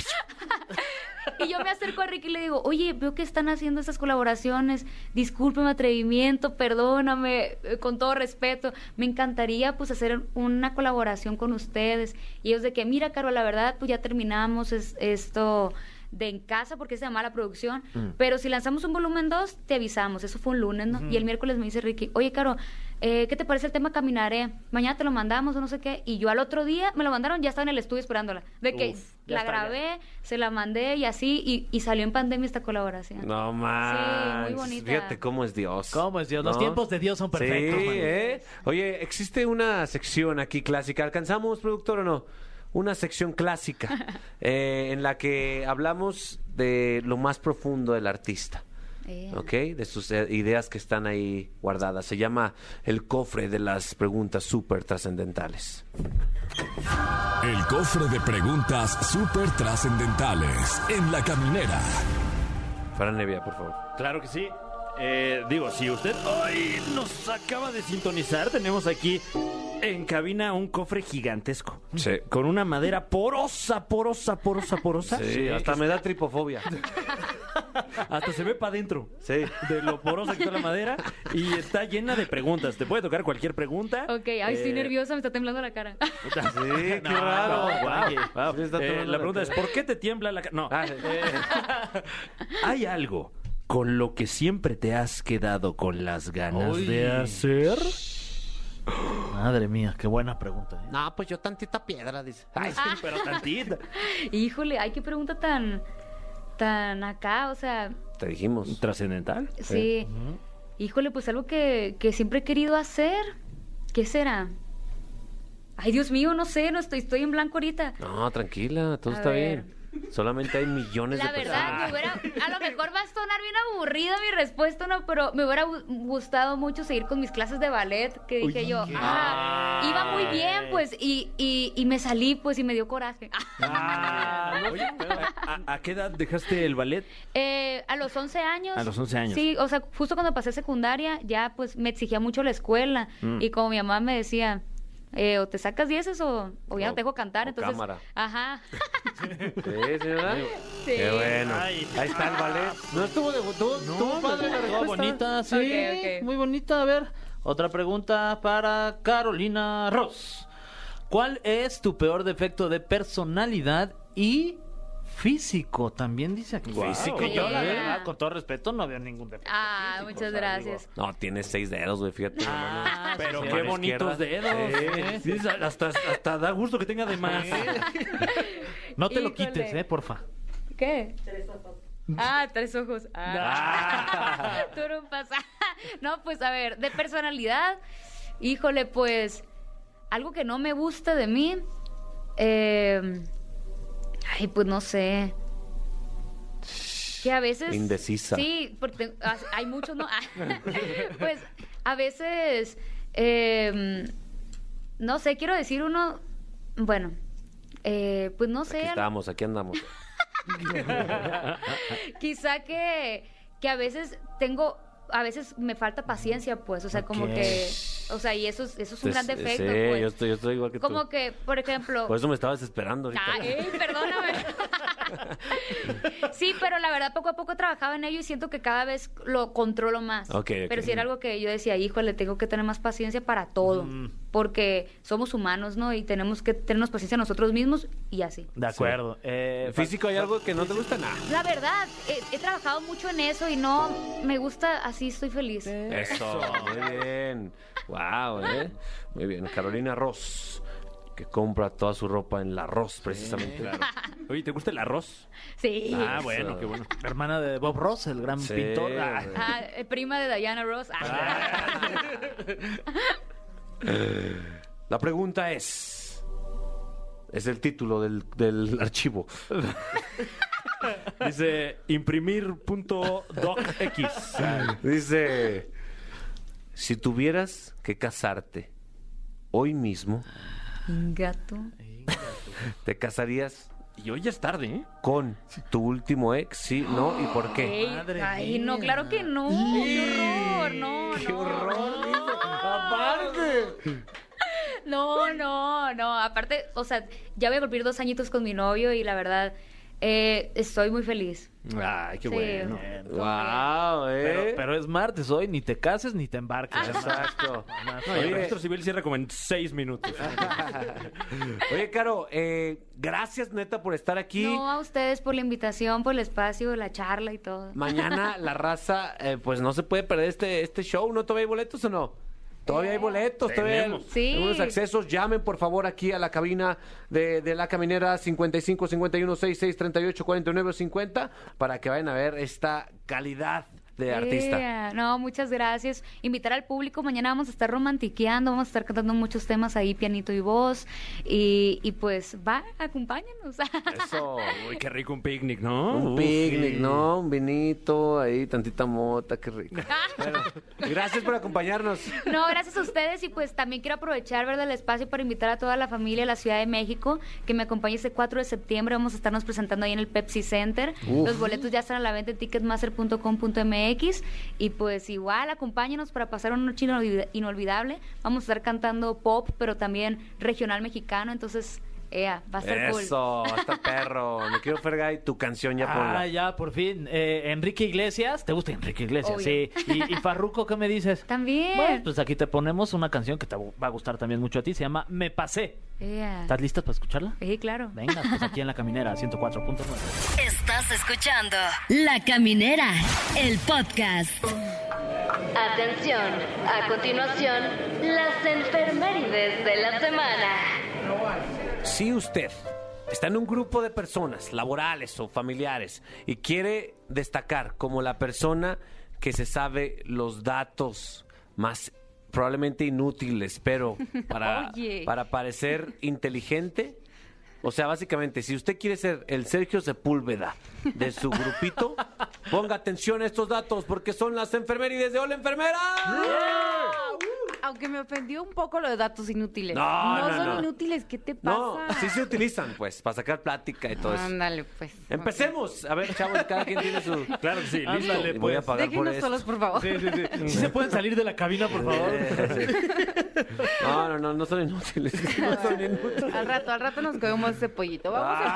Y yo me acerco a Ricky y le digo, oye, veo que están haciendo esas colaboraciones, discúlpeme atrevimiento, perdóname, eh, con todo respeto, me encantaría pues hacer una colaboración con ustedes. Y ellos de que, mira, Caro, la verdad, pues ya terminamos es- esto de en casa porque se llama la producción,
Mm.
pero si lanzamos un volumen 2, te avisamos, eso fue un lunes, ¿no? Y el miércoles me dice Ricky, oye, Caro, eh, ¿qué te parece el tema Caminaré? Mañana te lo mandamos o no sé qué. Y yo al otro día me lo mandaron, ya estaba en el estudio esperándola, de que
Uf, ya
la
está, ya.
grabé se la mandé y así, y, y salió en pandemia esta colaboración.
No más.
Sí, muy bonita.
Fíjate cómo es Dios.
¿Cómo es Dios? Los tiempos de Dios son perfectos,
Sí,
Juan.
¿eh? Oye, existe una sección aquí clásica. ¿Alcanzamos, productor, o no? Una sección clásica eh, en la que hablamos de lo más profundo del artista.
Eh.
¿Ok? De sus eh, ideas que están ahí guardadas. Se llama el cofre de las preguntas súper trascendentales.
El cofre de preguntas súper trascendentales en la caminera.
Fran Nevia, por favor.
Claro que sí. Eh, digo, si usted hoy nos acaba de sintonizar, tenemos aquí en cabina un cofre gigantesco.
Sí.
Con una madera porosa, porosa, porosa, porosa.
Sí, hasta me da tripofobia.
Hasta se ve para adentro.
Sí.
De lo porosa que está la madera. Y está llena de preguntas. Te puede tocar cualquier pregunta.
Ok, ay, estoy
Eh,
nerviosa, me está temblando la cara.
Sí, qué
No,
raro.
no, guau,
Oye,
guau.
sí está
Eh,
tomando
la pregunta es,
cara.
¿por qué te tiembla la cara? No. Eh,
Ah, sí.
¿Hay algo con lo que siempre te has quedado con las ganas de hacer?
Madre mía, qué buena pregunta. ¿eh?
No, pues yo tantita piedra, dice.
Ay,
Ah.
sí, pero tantita.
Híjole, ay, qué pregunta tan, tan acá, o sea,
Te dijimos.
¿Trascendental?
sí. Híjole, pues algo que, que siempre he querido hacer. ¿Qué será? Ay, Dios mío, no sé, no estoy, estoy en blanco ahorita.
No, tranquila, todo
A
está
ver.
bien. Solamente hay millones
La
de
verdad, me
personas.
hubiera, a lo mejor va a sonar bien aburrida mi respuesta, ¿no? Pero me hubiera gu- gustado mucho seguir con mis clases de ballet, que dije yo, ah, iba muy bien, pues, y, y, y me salí, pues, y me dio coraje.
Oye, ¿a, a- a qué edad dejaste el ballet?
Eh, a los 11 años.
A los 11 años.
Sí, o sea, justo cuando pasé secundaria, ya, pues, me exigía mucho la escuela,
Mm.
y como mi mamá me decía... eh, o te sacas dieces o, o ya
O-
no te dejo cantar,
o
entonces...
cámara.
Ajá.
Sí, señora.
Sí.
Qué bueno.
Ay.
Ahí está el ballet. No estuvo de estuvo, estuvo padre la
Estuvo
respuesta.
bonita, sí.
Ok, ok.
Muy bonita. A ver, otra pregunta para Carolina Ross. ¿Cuál es tu peor defecto de personalidad y físico? También dice aquí.
Físico,
Que yo, la
mira.
verdad, con todo respeto, no veo ningún defecto.
Ah,
físico,
muchas
o sea, digo,
gracias.
No, tiene seis dedos, güey, fíjate.
Ah, sí,
Pero
sí,
qué
sí.
mano
bonitos
izquierda.
dedos. Sí, hasta, hasta da gusto que tenga de más.
No te lo
Híjole.
quites, eh, porfa.
¿Qué? Tres ojos. Ah, tres ojos. Ah. Tú no pasas. No, pues a ver, de personalidad, híjole, pues algo que no me gusta de mí, eh, ay, pues no sé. Que a veces...
Indecisa.
Sí, porque ah, hay muchos, ¿no? Ah, pues a veces eh, no sé, quiero decir uno, bueno, eh, pues no sé, a
Aquí
lo
estamos, aquí andamos.
quizá que, que a veces tengo, a veces me falta paciencia, pues, o sea, como que, o sea, y eso, es- eso es un gran
Entonces,
defecto,
sí,
pues.
yo, estoy, yo estoy igual que
como
tú.
que, por ejemplo,
Por eso me estabas esperando ahorita.
Ah, ey, perdóname. sí, pero la verdad poco a poco trabajaba en ello y siento que cada vez lo controlo más.
Ok, ok.
Pero si era algo que yo decía, híjole, tengo que tener más paciencia para todo, porque somos humanos, ¿no? Y tenemos que tenernos paciencia nosotros mismos y así.
De acuerdo. Eh,
Físico, ¿hay algo que no te gusta? Nada.
La verdad, he, he trabajado mucho en eso y no me gusta, así estoy feliz.
Eso, muy bien. Wow, ¿eh?
Ah.
Muy bien. Carolina Ross, que compra toda su ropa en la Ross, precisamente.
Oye, ¿te gusta el arroz?
Sí.
Ah, bueno, qué bueno.
hermana de Bob Ross, el gran
Sí,
pintor.
güey.
Ah,
Ah, eh, prima de Diana Ross. Ah.
La pregunta es. Es el título del, del archivo.
Dice imprimir.docx.
Dice. Si tuvieras que casarte hoy mismo,
Gato.
¿te casarías
Y hoy ya es tarde, ¿eh?
con tu último ex? ¿Sí? ¿No? ¿Y por qué?
Ey, ay, no, claro que no. ¡Qué horror! No, no. no. No, no, no. Aparte, o sea, ya voy a cumplir dos añitos con mi novio y la verdad, eh, estoy muy feliz.
Ay, qué
Sí.
bueno.
¡Wow!
pero,
¿eh?
pero es martes hoy, ni te cases ni te embarques.
Exacto.
No, y el
Oye.
registro civil cierra como en seis minutos.
Ah. Oye, Caro, eh, gracias neta por estar aquí.
No a ustedes por la invitación, por el espacio, la charla y todo.
Mañana la raza, eh, pues no se puede perder este, este show, ¿no? ¿Todavía hay boletos o no? Todavía hay boletos, todavía hay
Tenemos.
Sí.
algunos accesos. Llamen por favor aquí a la cabina de, de la caminera 55 51 66 38 49 50 para que vayan a ver esta calidad de artista.
Yeah. eh, No, muchas gracias. Invitar al público, mañana vamos a estar romantiqueando, vamos a estar cantando muchos temas ahí, pianito y voz. Y, y pues va, acompáñenos.
Eso.
Uy, qué rico un picnic, ¿no?
Un
Uf,
picnic,
sí.
¿no? Un vinito, ahí tantita mota, qué rico. Bueno, gracias por acompañarnos.
No, gracias a ustedes y pues también quiero aprovechar ¿verdad? el espacio para invitar a toda la familia de la Ciudad de México que me acompañe este 4 de septiembre. Vamos a estarnos presentando ahí en el Pepsi Center. Los boletos ya están a la venta en ticketmaster.com.mx y pues igual acompáñenos para pasar una noche inolvida- inolvidable. Vamos a estar cantando pop, pero también regional mexicano, entonces... Ea, va a estar cool.
Eso, hasta perro. Me quiero Fergay, tu canción ya ponla.
Ah, ya, por fin. Eh, Enrique Iglesias, ¿te gusta Enrique Iglesias?
Obvio.
Sí. ¿Y, y Farruko qué me dices?
También.
Bueno, pues aquí te ponemos una canción que te va a gustar también mucho a ti, se llama Me Pasé.
Ea.
¿Estás listas para escucharla?
Sí, claro.
Venga, pues aquí en la caminera 104.9.
Estás escuchando La Caminera, el podcast. Atención, a continuación, las enfermerides de la semana.
Si usted está en un grupo de personas, laborales o familiares, y quiere destacar como la persona que se sabe los datos más probablemente inútiles, pero para,
Oye.
para parecer inteligente. O sea, básicamente, si usted quiere ser el Sergio Sepúlveda de su grupito, ponga atención a estos datos porque son las enfermerides de Hola Enfermera.
Aunque me ofendió un poco lo de datos Pues inútiles.
No, no,
son
no.
inútiles, ¿qué te pasa?
No, sí se utilizan, pues, para sacar plática y todo eso.
Ándale, pues.
Empecemos. A ver, chavos, cada quien tiene su.
Claro que sí, listo.
Ándale,
Y Voy a
pues.
pagar por
Déjenos
esto.
solos, por favor.
Sí, sí, sí. ¿Sí se pueden salir de la cabina, por favor?
No, no, no, no son inútiles. No son inútiles.
Al rato, al rato nos comemos ese pollito. Vamos a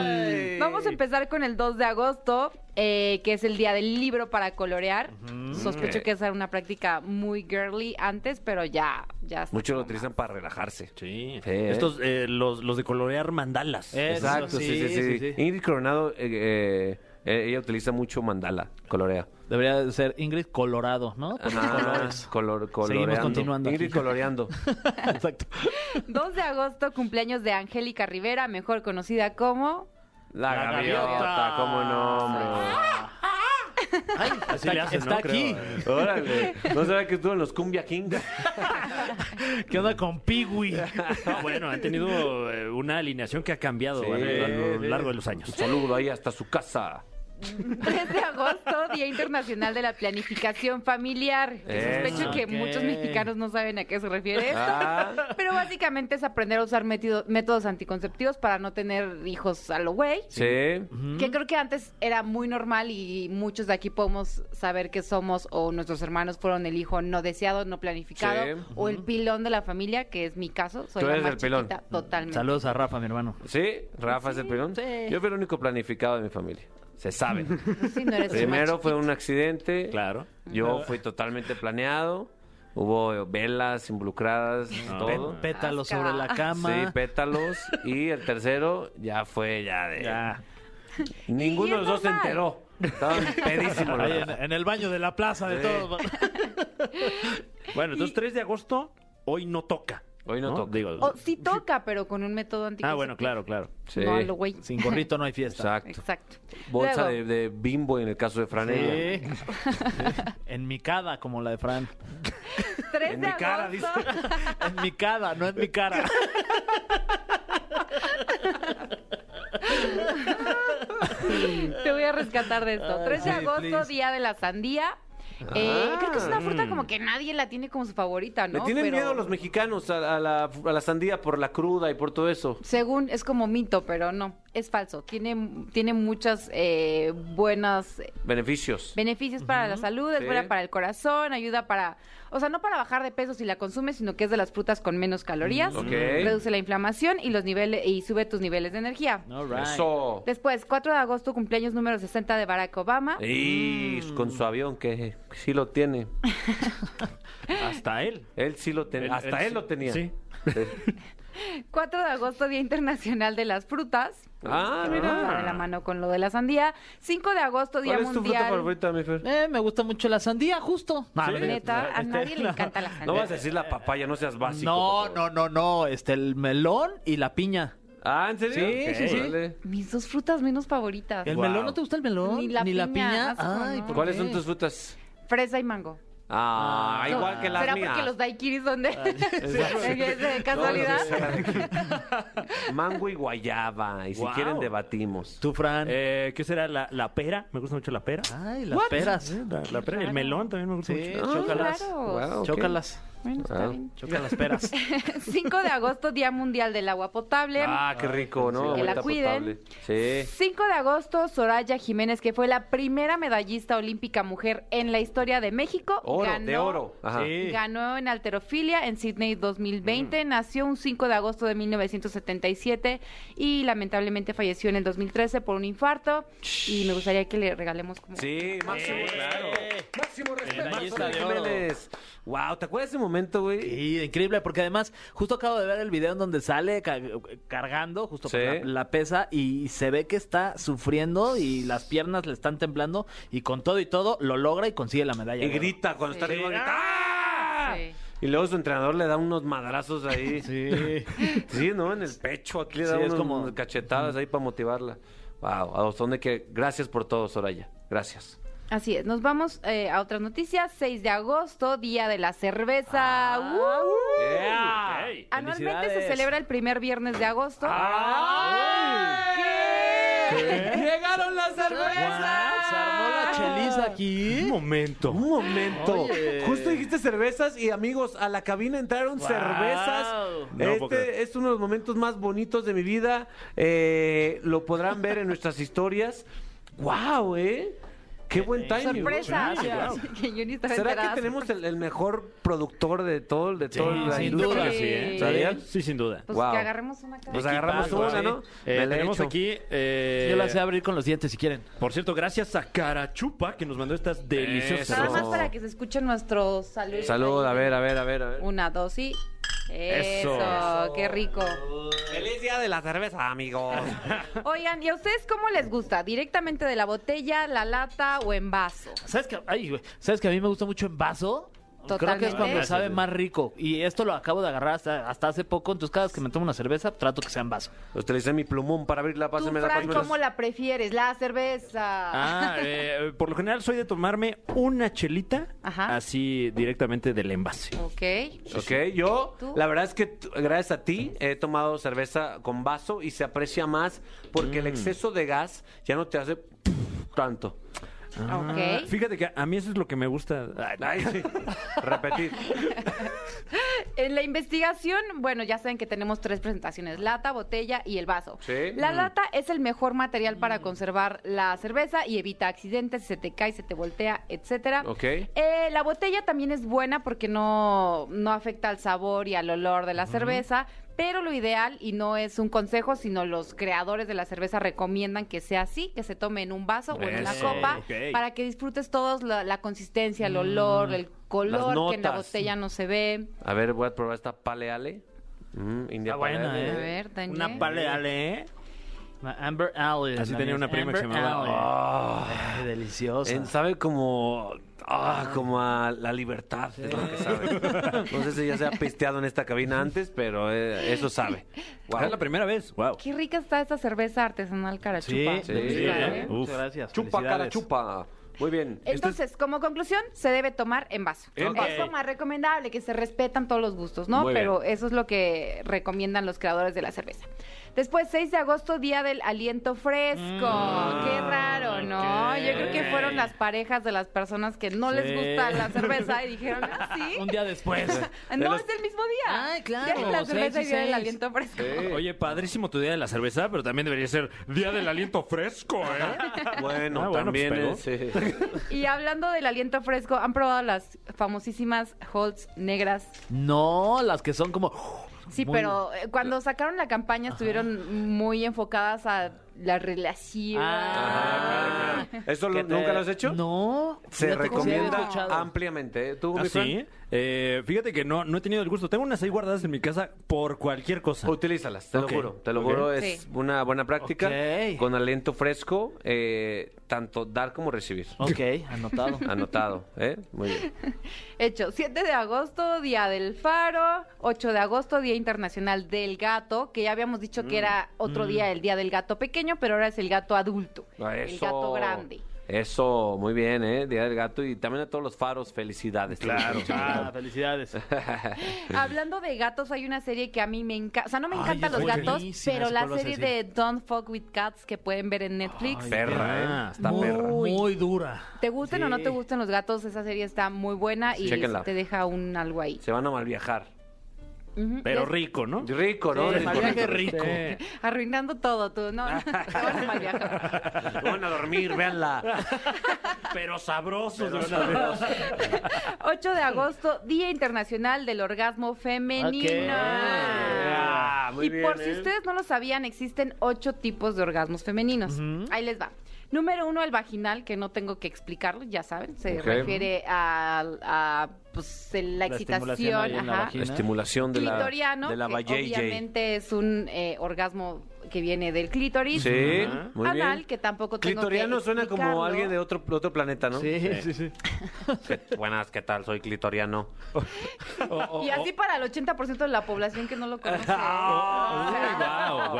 Ay.
empezar. Vamos a empezar con el 2 de agosto, eh, que es el día del libro para colorear. Sospecho que esa era una práctica muy girly antes, pero ya, ya está
Muchos lo
como
utilizan para relajarse.
Sí.
Sí, ¿eh?
Estos, eh, los, los de colorear mandalas.
Eso,
Exacto, sí sí
sí,
sí,
sí.
Ingrid Coronado, eh, eh, ella utiliza mucho mandala, colorea.
Debería de ser Ingrid Colorado, Ah, ¿no? Por los colores.
Ajá, color-
Seguimos
coloreando.
continuando
Ingrid
aquí.
coloreando.
Exacto.
2 de agosto, cumpleaños de Angélica Rivera, mejor conocida como...
La,
La
gaviota,
gaviota.
cómo no, hombre.
Ay,
Así le hacen,
está
¿no?
aquí.
Órale. No sabía que estuvo en los Cumbia Kings.
¿Qué onda con Pigui?
No, bueno, han tenido eh, una alineación que ha cambiado
Sí,
a, lo- a lo
sí.
largo de los años.
Un saludo ahí hasta su casa.
3 de agosto, Día Internacional de la Planificación Familiar. Que
Eso.
sospecho que
Ok.
muchos mexicanos no saben a qué se refiere esto.
Ah.
Pero básicamente es aprender a usar metido- métodos anticonceptivos para no tener hijos a lo güey.
Sí.
Que creo que antes era muy normal y muchos de aquí podemos saber que somos o nuestros hermanos fueron el hijo no deseado, no planificado,
Sí.
o el pilón de la familia, que es mi caso. Soy
Tú
la
eres
más
el pilón.
chiquita, Totalmente.
Saludos a Rafa, mi hermano.
¿Sí? ¿Rafa es el pelón?
sí.
Yo fui el único planificado de mi familia. Se sabe.
Sí, no eres el
Primero
más
fue un accidente.
Claro.
Yo fui totalmente planeado. Hubo velas involucradas,
Ah.
todo.
Pe- pétalos
Asca.
sobre la
Sí,
cama.
pétalos. Y el tercero ya fue ya de...
Ya.
Ninguno
Y
de
es
los dos se
normal.
enteró. Estaban pedísimos. los
Ahí en,
dos.
en el baño de la plaza de
Sí.
todos.
Bueno, entonces 3 de agosto, hoy no toca.
Hoy no toca. Oh.
Digo,
O sí toca, pero con un método anticonceptivo.
ah, bueno, claro, claro.
Sí.
No, a lo güey.
Sin gorrito no hay fiesta.
Exacto.
Exacto.
Bolsa de,
Luego,
de bimbo en el caso de Franella.
Sí. En mi cara, como la de Fran.
3
En
de
mi cara,
agosto.
En mi cara, no en mi cara.
Te voy a rescatar de esto. 3 de
sí,
agosto,
please.
Día de la Sandía. Eh, creo que es una
Ah.
fruta como que nadie la tiene como su favorita,
Ah. Le
¿no?
tienen
Pero
miedo los mexicanos a, a la, a la sandía por la cruda y por todo eso.
Según es como mito, pero no, es falso. Tiene, tiene muchas eh, buenas eh,
Beneficios.
beneficios para la salud, es
Sí.
buena para el corazón, ayuda para, o sea, no para bajar de peso si la consumes, sino que es de las frutas con menos calorías,
Mm, ok.
reduce la inflamación y los niveles y sube tus niveles de energía.
All right.
Eso.
Después, 4 de agosto, cumpleaños número 60 de Barack Obama.
Y
Mm.
con su avión, que sí lo tiene.
Hasta él.
Él sí lo
Él-
tenía. Hasta él,
sí-
lo tenía.
Sí.
4 de agosto, Día Internacional de las Frutas.
Ah,
que va de la
mira.
mano con lo de la sandía. 5 de agosto, Día
¿Cuál es tu fruta
Mundial.
favorita, mi Fer?
Eh, me gusta mucho la sandía, justo. No, no,
Neta, a
este,
nadie le
no.
encanta la sandía.
No vas a decir la papaya, no seas básico.
No,
por favor.
no, no, no. Este, el melón y la piña.
Ah, ¿en serio?
Sí, sí, sí.
Órale.
Mis dos frutas menos favoritas.
¿El
Wow.
melón no te gusta el melón?
Ni la piña, asco,
Ay,
no.
¿por
¿Cuáles
qué?
son tus frutas?
Fresa y mango.
Ah,
Ah.
igual que las
¿Será
mías. Ah,
porque los daiquiris son de, ¿Es de casualidad?
Mango y guayaba. Y si
Wow.
quieren, debatimos.
Tú, Fran.
Eh, ¿Qué será? La, la pera. Me gusta mucho la pera.
Ah,
Ay, las peras.
Eh, La, la pera. El melón también me gusta
Sí,
mucho.
Muy
chócalas.
raros.
Wow. ok.
Chócalas.
Bueno, está
Ah.
bien.
Chocan las peras.
5 de agosto, Día Mundial del Agua Potable.
Ah, qué rico, ¿no?
Que la
Agüita
cuiden.
potable. Sí.
5 de agosto, Soraya Jiménez, que fue la primera medallista olímpica mujer en la historia de México.
Oro,
ganó,
de oro. Ajá.
Sí.
Ganó en alterofilia en Sydney 2020.
Mm.
Nació un 5 de agosto de 1977 y lamentablemente falleció en el 2013 por un infarto. Y me gustaría que le regalemos como.
Sí, máximo,
Sí.
claro. Máximo respeto.
Medallista
Marta
de oro.
Jiménez. Wow, ¿te acuerdas de ese momento, güey?
Sí, increíble, porque además, justo acabo de ver el video en donde sale ca- cargando, justo
Sí.
la, la pesa, y se ve que está sufriendo y las piernas le están temblando, y con todo y todo lo logra y consigue la medalla.
Y
de oro.
grita cuando está
Sí.
arriba. grita, ¡Ah!
Sí.
Y luego su entrenador le da unos madrazos ahí. Sí,
Sí.
¿no? En el pecho. Aquí le
Sí,
da
es
unas
como-
cachetadas ahí para motivarla. Wow, a los donde que. Gracias por todo, Soraya. Gracias.
Así es, nos vamos eh, a otras noticias. 6 de agosto, Día de la Cerveza.
Ah,
¡Uh!
Yeah.
Ey.
Anualmente se
felicidades.
celebra el primer viernes de agosto.
Ah, ¡Llegaron las cervezas!
Guau, Se armó la cheliza aquí.
Un momento.
Un momento.
Oye.
Justo dijiste cervezas y amigos, a la cabina entraron cervezas.
No, porque-
este es uno de los momentos más bonitos de mi vida. Eh, lo podrán ver en nuestras historias. ¡Wow, eh! ¡Qué buen timing!
Sorpresa.
Gracias.
Que yo ni estaba
¿Será que
enterada.
tenemos el, el mejor productor de todo, de toda la
sin
industria?
duda.
Sí, ¿eh?
¿Sabían?
Sí, sin duda.
Pues
Wow.
que agarremos una cara.
Pues agarramos
Equipazo,
una,
sí.
¿no?
Eh,
Me la he
tenemos
hecho.
aquí. eh,
Yo la sé abrir con los dientes si quieren.
Por cierto, gracias a Carachupa que nos mandó estas deliciosas.
Eso.
Nada más
cervezas.
No.
para que se escuchen nuestros saludos.
Salud, a ver, a ver, a ver, a ver.
Una, dos y. Eso, qué rico.
¡Feliz día de la cerveza, amigos!
Oigan, ¿y a ustedes cómo les gusta? ¿Directamente de la botella, la lata o en vaso?
¿Sabes que, ay, güey, ¿sabes que a mí me gusta mucho en vaso? Creo que es
Totalmente.
cuando
Gracias,
sabe más rico. Y esto lo acabo de agarrar hasta, hasta hace poco. Entonces, cada vez que me tomo una cerveza, trato que sea en vaso.
Utilicé mi plumón para abrirla,
¿Tú,
pásenmela,
Fran,
pásenmela.
cómo la prefieres? ¿La cerveza?
Ah, eh, por lo general soy de tomarme una chelita
Ajá.
así directamente del envase.
Ok.
Ok, yo,
¿Tú?
la verdad es que t- gracias a ti he tomado
Mm.
cerveza con vaso y se aprecia más porque el exceso de gas ya no te hace tanto.
Ok.
Ah, Fíjate que a- a mí eso es lo que me gusta. Ay,
Ay, sí. Repetir.
En la investigación, bueno, ya saben que tenemos tres presentaciones, lata, botella y el vaso.
Sí.
La lata es el mejor material para conservar la cerveza y evita accidentes, se te cae, se te voltea, etcétera.
Ok.
Eh, la botella también es buena porque no, no afecta al sabor y al olor de la cerveza, pero lo ideal, y no es un consejo, sino los creadores de la cerveza recomiendan que sea así, que se tome en un vaso o en una
Eso,
copa,
ok.
para que disfrutes todos la, la consistencia, el olor, el color, que en la
Mm. notas.
botella no se ve.
A ver, voy a probar esta paleale. Mm, India
Está buena,
Pale Ale.
A
¿eh?
ver, Daniel.
Una paleale, ¿eh? Amber Ale.
Así tenía una prima que se llamaba.
Ah,
Ay, deliciosa.
en- sabe como. Ah, como a la libertad, es lo que sabe. No sé si ya se ha pisteado en esta cabina antes, pero eh, eso sabe. Guau.
Es la primera vez. Wow.
Qué rica está esta cerveza artesanal carachupa.
sí,
deliciosa,
sí,
¿eh?
¿eh?
Muchas gracias.
Chupa, cara,
felicidades.
chupa. Muy bien. Esto es-
Entonces, como conclusión, se debe tomar en vaso.
En
Es
vaso.
lo más recomendable, que se respetan todos los gustos, ¿no?
Muy bien.
Pero eso es lo que recomiendan los creadores de la cerveza. Después, 6 de agosto, día del aliento fresco. Qué raro, ¿no? Yo creo que fueron las parejas de las personas que no
Sí.
les gusta la cerveza y dijeron, ¿ah, sí?
Un día después.
Ah, No, es el mismo día.
Ay, claro,
Día de la
seis
cerveza
y
y día del
seis.
aliento fresco.
Oye, padrísimo tu día de la cerveza, pero también debería ser día del aliento fresco, ¿eh?
Bueno,
Ah, bueno,
también
pues,
es, eh, sí.
Y hablando del aliento fresco, ¿han probado las famosísimas Holtz negras
No, las que son como.
Sí,
Muy-
pero eh, cuando sacaron la campaña estuvieron muy enfocadas a la relación.
Ah,
¿Eso
que
lo- nunca lo has hecho?
No.
Se
Fíjate que sí había
recomienda
escuchado.
ampliamente. ¿eh? ¿Tú,
¿Ah,
mi Fran?
sí? Eh, fíjate que no, no he tenido el gusto. Tengo unas ahí guardadas en mi casa por cualquier cosa.
Utilízalas, te
Ok,
lo juro. Te lo
ok.
juro, es
Sí.
una buena práctica.
Ok.
Con aliento fresco, eh, tanto dar como recibir.
Ok, anotado.
Anotado, ¿eh? Muy bien.
Hecho, 7 de agosto, Día del Faro, 8 de agosto, Día Internacional del Gato, que ya habíamos dicho que
Mm,
era otro día, el Día del Gato Pequeño, pero ahora es el gato adulto, el
Eso.
gato grande.
Eso, muy bien, ¿eh? Día del gato y también a todos los faros, felicidades.
Claro.
Ah, felicidades.
Hablando de gatos, hay una serie que a mí me encanta, o sea, no me
Ay,
encantan
es
los gatos,
buenísima,
pero
eso
la
cuál vas a
serie de
decir.
Don't Fuck With Cats que pueden ver en Netflix.
Perra, ¿eh? Está
muy,
perra.
Muy dura.
Te gusten o no te
Sí.
gusten los gatos, esa serie está muy buena y
Chéquenla.
te deja un algo ahí.
Se van a mal viajar.
Ujú.
Pero
Des-
rico, ¿no?
Rico, ¿no?
Sí,
Rico,
mal viaje
rico.
rico.
Arruinando todo, tú. No, no, te van a mal viajar.
Van a dormir, véanla.
Pero sabrosos. ¿no?
8 de agosto, Día Internacional del Orgasmo Femenino.
Ok. Ah,
y por
¿eh?
si ustedes no lo sabían, existen ocho tipos de orgasmos femeninos. Ahí les va. Número uno, el vaginal, que no tengo que explicarlo, ya saben, se
Ok.
refiere a, a, pues, la,
La
excitación.
estimulación ahí en la
ajá.
vagina.
Estimulación de la,
clitoriano,
de la
que
vajayjay.
obviamente es un eh, orgasmo que viene del clítoris.
Sí,
Ajá.
muy bien.
Anal, que tampoco tengo
Clitoriano
que
suena como
explicarlo.
alguien de otro, otro planeta, ¿no?
Sí, sí, sí.
Buenas, ¿qué tal? Soy clitoriano.
O- o-
Y
Oh.
así para el 80% de la población que no lo conoce. O sea,
Wow,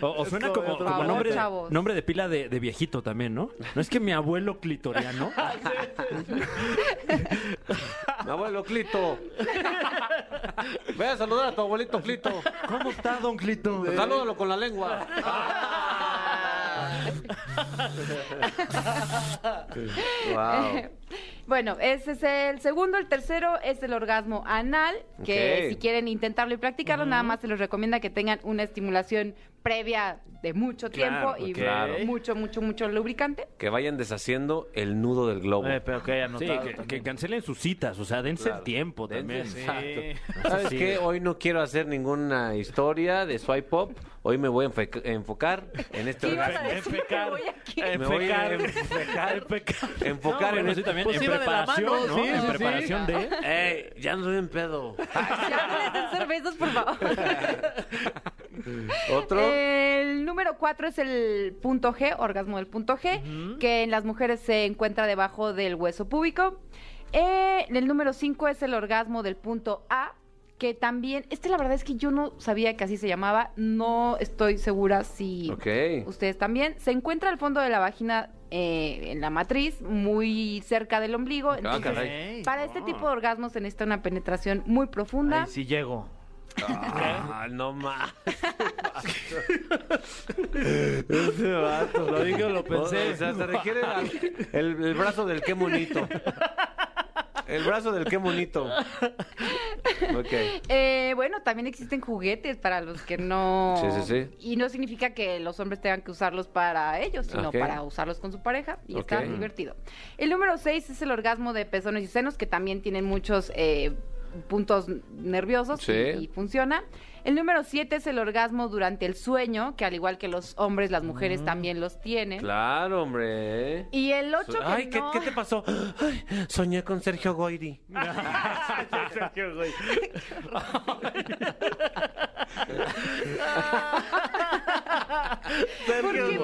wow. O, o suena
como de
como,
otro
como
mundo.
nombre, de,
Chavos.
nombre de pila de, de viejito también, ¿no? No es que mi abuelo clitoriano.
Mi abuelo Clito. Ve a saludar a tu abuelito Clito.
¿Cómo está, don Clito?
Salúdalo con la lengua. wow.
Bueno, ese es el segundo. El tercero es el orgasmo anal, que
Ok.
si quieren intentarlo y practicarlo, nada más se les recomienda que tengan una estimulación previa de mucho tiempo
Claro,
y
claro.
mucho, mucho, mucho lubricante.
Que vayan deshaciendo el nudo del globo.
Eh, pero ok,
Oh. Sí,
anotado.
que, que
también.
cancelen sus citas, o sea, dense el
Claro.
tiempo
Dense,
también.
sí.
Exacto.
¿Sabes
Sí.
qué? Hoy no quiero hacer ninguna historia de swipe up. Hoy me voy a enfoca- enfocar en este
¿Qué ibas
orgasmo.
a decir? Me
Pecar.
voy aquí.
Eh,
Me voy a
Pecar. Pecar.
enfocar
No,
en
bueno,
este
sí, también
Pues
en
iba de la
preparación,
mano,
¿no?
sí,
en
sí, sí.
preparación de...
¡Ey! Ya ando en pedo.
Ya no les den cervezas, por Eh, favor.
Otro.
El número cuatro es el punto G, orgasmo del punto G, que en las mujeres se encuentra debajo del hueso púbico. Eh, el número cinco es el orgasmo del punto A, que también, este la verdad es que yo no sabía que así se llamaba, no estoy segura si
Ok.
ustedes también. Se encuentra al fondo de la vagina, eh, en la matriz, muy cerca del ombligo.
Ah,
Entonces,
caray.
Ey,
para este tipo de orgasmos se necesita una penetración muy profunda.
Ahí sí llego.
Ah, no más. Ese vato.
Lo dije o lo pensé.
O sea, se requiere la- el, el brazo del qué bonito. El brazo del qué bonito. Ok.
Eh, bueno, también existen juguetes para los que no.
Sí, sí, sí.
Y no significa que los hombres tengan que usarlos para ellos, sino
Ok.
para usarlos con su pareja. Y está
Ok.
divertido. El número seis es el orgasmo de pezones y senos, que también tienen muchos eh, puntos nerviosos
Sí.
y, y funciona. El número siete es el orgasmo durante el sueño, que al igual que los hombres, las mujeres también los tienen.
Claro, hombre.
¿eh? Y el ocho que
Ay, ¿qué,
no-
¿qué te pasó? Ay, soñé con Sergio Goyri.
¿Por qué?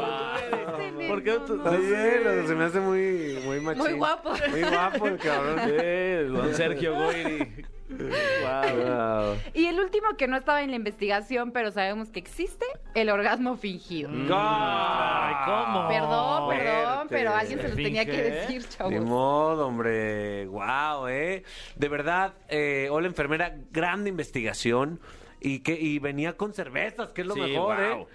¿Por qué
No,
tú-
no
Está
sé.
bien, o sea, se me hace muy, muy machín.
Muy guapo.
Muy guapo el cabrón.
Don Sergio Goyri.
Wow.
Y el último que no estaba en la investigación, pero sabemos que existe, el orgasmo fingido.
Mm.
Ay, ¿cómo?
Perdón, perdón,
fuerte.
pero alguien se los
Finge,
tenía que
¿eh?
decir,
Ni
chavos.
modo, hombre. Wow, eh. De verdad, eh, hola enfermera, grande investigación. Y que y venía con cervezas, que es lo
Sí,
mejor,
guau.
eh.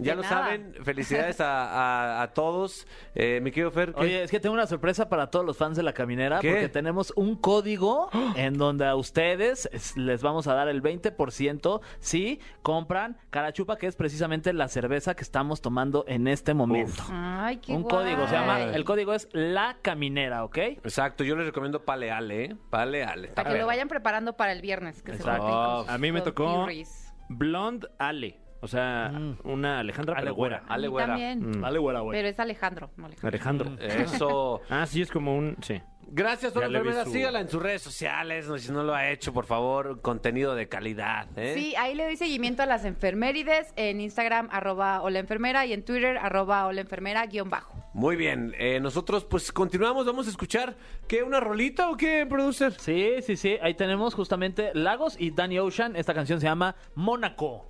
Ya
De
lo
nada.
saben, felicidades a, a- a todos. Eh, mi querido Fer, ¿qué?
Oye, es que tengo una sorpresa para todos los fans de La Caminera
¿Qué?
porque tenemos un código en donde a ustedes es- les vamos a dar el 20% si compran Carachupa, que es precisamente la cerveza que estamos tomando en este momento.
Ay, qué
un
guay.
código, se llama, el código es La Caminera, ¿ok?
Exacto, yo les recomiendo Paleale, eh. Paleale.
Para que lo vayan preparando para el viernes. Que se
Exacto.
parten con
A mí me
los
tocó
birris.
Blonde Ale. O sea, una Alejandra
Ale
pero güera.
güera.
A mí
Ale güera.
también.
Mm.
Vale, güera, güey.
Pero es Alejandro, no Alejandro.
Alejandro.
Mm. Eso.
Ah, sí, es como un... Sí.
Gracias,
Ya
hola
le vi
enfermera.
su-
Sígala en sus redes sociales. no, Si no lo ha hecho, por favor, contenido de calidad, eh.
Sí, ahí le doy seguimiento a las enfermerides en Instagram, arroba hola enfermera, y en Twitter, arroba hola enfermera, guión bajo.
Muy bien, eh, nosotros pues continuamos, vamos a escuchar, ¿qué, una rolita o qué, producer?
Sí, sí, sí. Ahí tenemos justamente Lagos y Danny Ocean. Esta canción se llama Mónaco.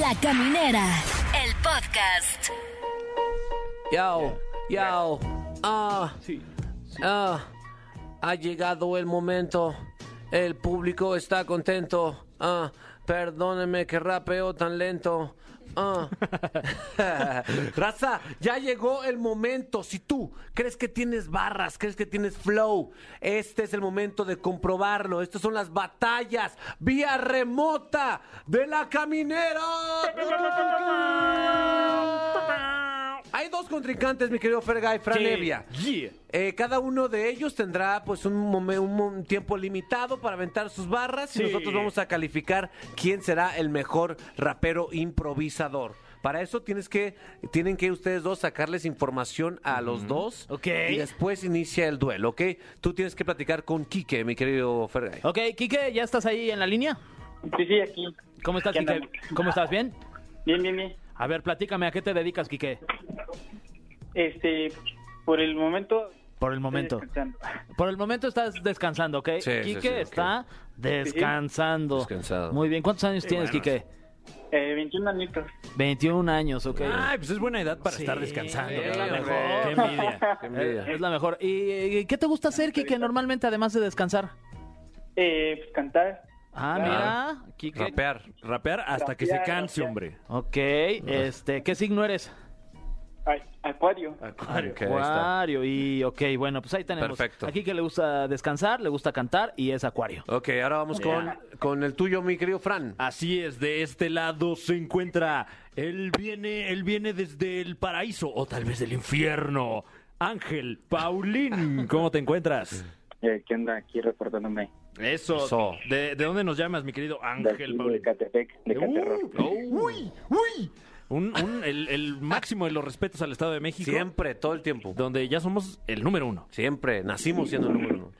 La Caminera, el podcast.
Yao, yao, ah, ah, ha llegado el momento, el público está contento, ah, perdónenme que rapeo tan lento, ah. Raza, ya llegó el momento, si tú crees que tienes barras, crees que tienes flow, este es el momento de comprobarlo, estas son las batallas, vía remota de la caminera. Hay dos contrincantes, mi querido Ferga y Fran Evia.
Yeah.
Eh, cada uno de ellos tendrá pues un, momen- un mo- un tiempo limitado para aventar sus barras y
Sí.
nosotros vamos a calificar quién será el mejor rapero improvisador. Para eso tienes que, tienen que ustedes dos sacarles información a los dos.
Ok.
Y después inicia el duelo, ¿ok? Tú tienes que platicar con Quique, mi querido Fergay.
Ok, Quique, ¿ya estás ahí en la línea?
Sí, sí, aquí.
¿Cómo estás,
¿Qué
Quique?
andamos?
¿Cómo estás? ¿Bien?
Bien, bien, bien.
A ver, platícame, ¿a qué te dedicas, Quique?
Este, por el momento...
Por el momento. Por el momento estás descansando, ¿ok?
Sí, sí,
Quique
sí, ok.
está descansando.
Descansado.
Muy bien, ¿cuántos años tienes, Quique?
21 eh, añitos.
21 años, ok.
Ay, pues es buena edad para
Sí.
estar descansando.
Es
la
la
mejor.
mejor.
Qué envidia.
Qué envidia.
Es la mejor. ¿Y eh, qué te gusta hacer, Quique, normalmente, además de descansar?
eh, pues, cantar.
Ah,
Claro.
mira, Quique.
Rapear.
Rapear hasta que se
Rapear,
canse,
rapear.
hombre.
Ok, este, ¿qué signo eres?
acuario.
Ah.
Ok, ahí está.
Acuario. Y ok, bueno, pues ahí tenemos.
Perfecto.
Aquí que le gusta descansar, le gusta cantar y es Acuario.
Ok, ahora vamos con, con el tuyo, mi querido Fran.
Así es, de este lado se encuentra. Él viene, él viene desde el paraíso o tal vez del infierno. Ángel, Paulín, ¿cómo te encuentras?
Eh, ¿Qué onda aquí reportándome?
Eso.
Eso.
¿De, de dónde nos llamas, mi querido
De, aquí,
Ángel,
de
Paulín?
Catepec, de Caterro.
Uh, oh. uy, uy. Un- un- el, el máximo de los respetos al Estado de México,
Siempre, todo el tiempo.
donde ya somos el número uno.
Siempre, nacimos siendo el número uno.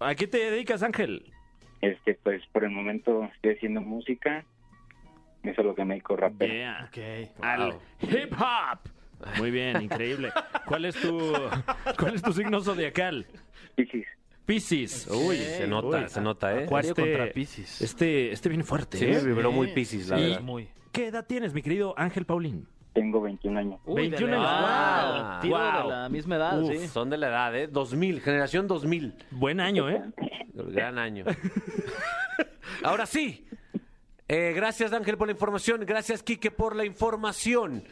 ¿A qué te dedicas, Ángel?
Este, pues por el momento estoy haciendo música. Eso es lo que me dedico rapero.
Yeah.
Ok.
Al
Wow.
hip hop. Muy bien, increíble. ¿Cuál es tu, cuál es tu signo zodiacal?
Piscis.
Piscis.
Uy, se nota, se nota, ¿eh?
Acuario contra Piscis.
Este, este viene fuerte.
Sí,
¿eh?
vibró muy piscis, la
Sí.
verdad.
Muy.
¿Qué edad tienes, mi querido Ángel Paulín?
Tengo 21 años.
Uy, de
21
la
años.
edad.
Wow.
Tiro de
Wow.
la misma edad,
Uf,
sí.
son de la edad, ¿eh? 2000, generación 2000.
Buen año, ¿eh?
Gran año. Ahora sí. Eh, gracias, Ángel, por la información. Gracias, Quique, por la información.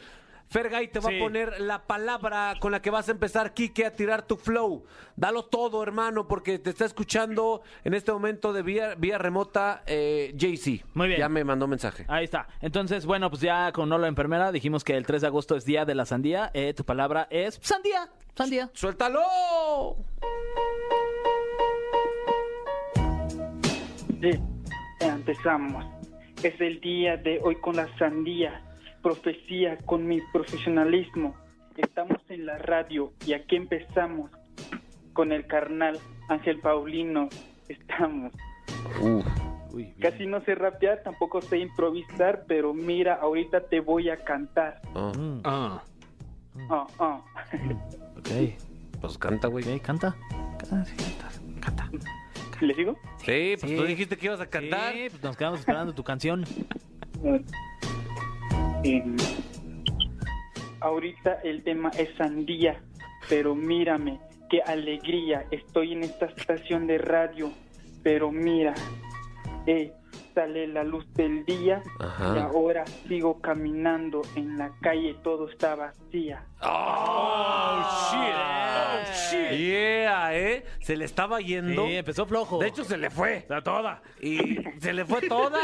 Fergay te va
Sí.
a poner la palabra con la que vas a empezar, Quique, a tirar tu flow. Dalo todo, hermano, porque te está escuchando en este momento de vía, vía remota eh, JC.
Muy bien.
Ya me mandó mensaje.
Ahí está. Entonces, bueno, pues ya con Hola Enfermera dijimos que el 3 de agosto es Día de la Sandía. Eh, tu palabra es sandía. Sandía.
¡Suéltalo!
Sí, empezamos. Es el día de hoy con la sandía, profecía con mi profesionalismo. Estamos en la radio y aquí empezamos con el carnal Ángel Paulino. Estamos. Casi no sé rapear, tampoco sé improvisar, pero mira, ahorita te voy a cantar.
Ah,
Ah, ah.
Ok,
pues canta, güey.
ok, canta.
¿Le digo?
Sí, pues
Sí.
tú dijiste que ibas a cantar.
Sí, pues nos quedamos esperando tu canción.
Em, ahorita el tema es sandía, pero mírame, qué alegría, estoy en esta estación de radio, pero mira, eh, sale la luz del día
Ajá.
y ahora sigo caminando en la calle, todo está vacía.
Oh, shit.
Oh, shit.
Yeah, ¿eh? Se le estaba yendo.
Sí, empezó flojo.
de hecho, se le fue.
¡A toda!
Y se le fue toda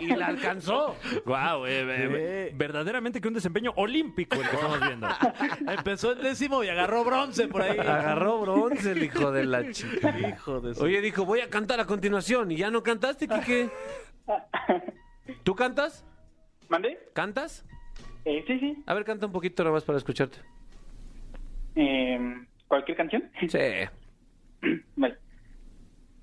y la alcanzó.
¡Guau! eh, eh, verdaderamente que un desempeño olímpico el que estamos viendo.
empezó el décimo y agarró bronce por ahí.
Agarró bronce el hijo de la chica.
Hijo de su...
Oye, dijo, voy a cantar a continuación. ¿Y ya no cantaste, Kike? ¿Tú cantas?
¿Mande?
¿Cantas?
Eh, sí, sí.
A ver, canta un poquito nada más para escucharte.
Em, ¿Cualquier canción?
Sí.
Vale.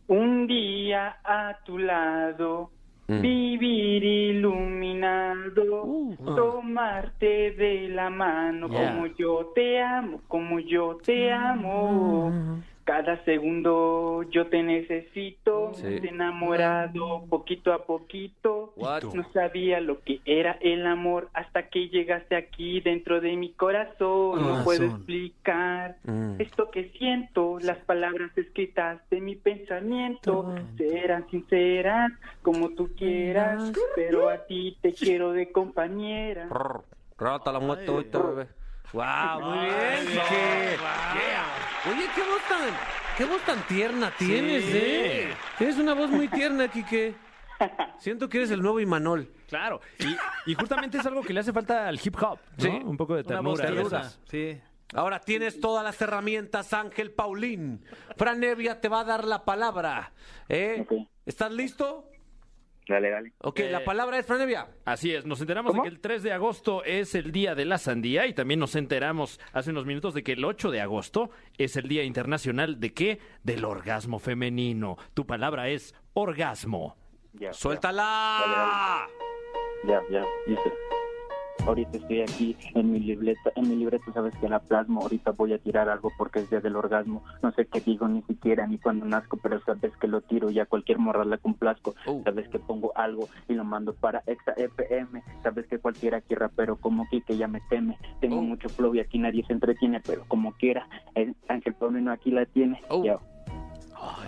Un día a tu lado,
Mm.
vivir iluminado, tomarte de la mano,
Yeah.
como yo te amo, como yo te amo. Cada segundo yo te necesito,
Sí.
te he enamorado poquito a poquito.
What?
No sabía lo que era el amor hasta que llegaste aquí dentro de mi corazón. No puedo
Corazón.
explicar
Mm.
esto que siento, las palabras escritas de mi pensamiento serán sinceras como tú quieras, pero a ti te quiero de compañera.
Prr, Rata la muerte hoy, bebé. ¡Wow! Muy bien, Quique. Yeah. Oye, qué voz tan, qué voz tan tierna tienes, ¿eh? Tienes una voz muy tierna, Quique. Siento que eres el nuevo Imanol.
Claro. Y, y justamente es algo que le hace falta al hip hop. ¿no?
Sí.
Un poco de
Una voz
ternura. de
tierna.
esas.
Sí.
Ahora tienes todas las herramientas, Ángel Paulín. Fran Evia te va a dar la palabra. ¿eh?
Ok.
¿Estás listo?
Dale, dale.
Ok, la palabra es Fran Evia.
Así es, nos enteramos de que el 3 de agosto es el día de la sandía y también nos enteramos hace unos minutos de que el 8 de agosto es el día internacional de qué? Del orgasmo femenino. Tu palabra es orgasmo.
Ya,
¡Suéltala!
Ya, ya, listo. Ahorita estoy aquí en mi libreta, en mi libreta sabes que la plasmo, ahorita voy a tirar algo porque es día del orgasmo, no sé qué digo ni siquiera ni cuando nazco, pero sabes que lo tiro y a cualquier morra la complazco,
Oh.
sabes que pongo algo y lo mando para extra FM, sabes que cualquiera aquí rapero como Kike ya me teme, tengo
Oh.
mucho flow y aquí nadie se entretiene, pero como quiera, el Ángel Paulino aquí la tiene,
Oh.
ya.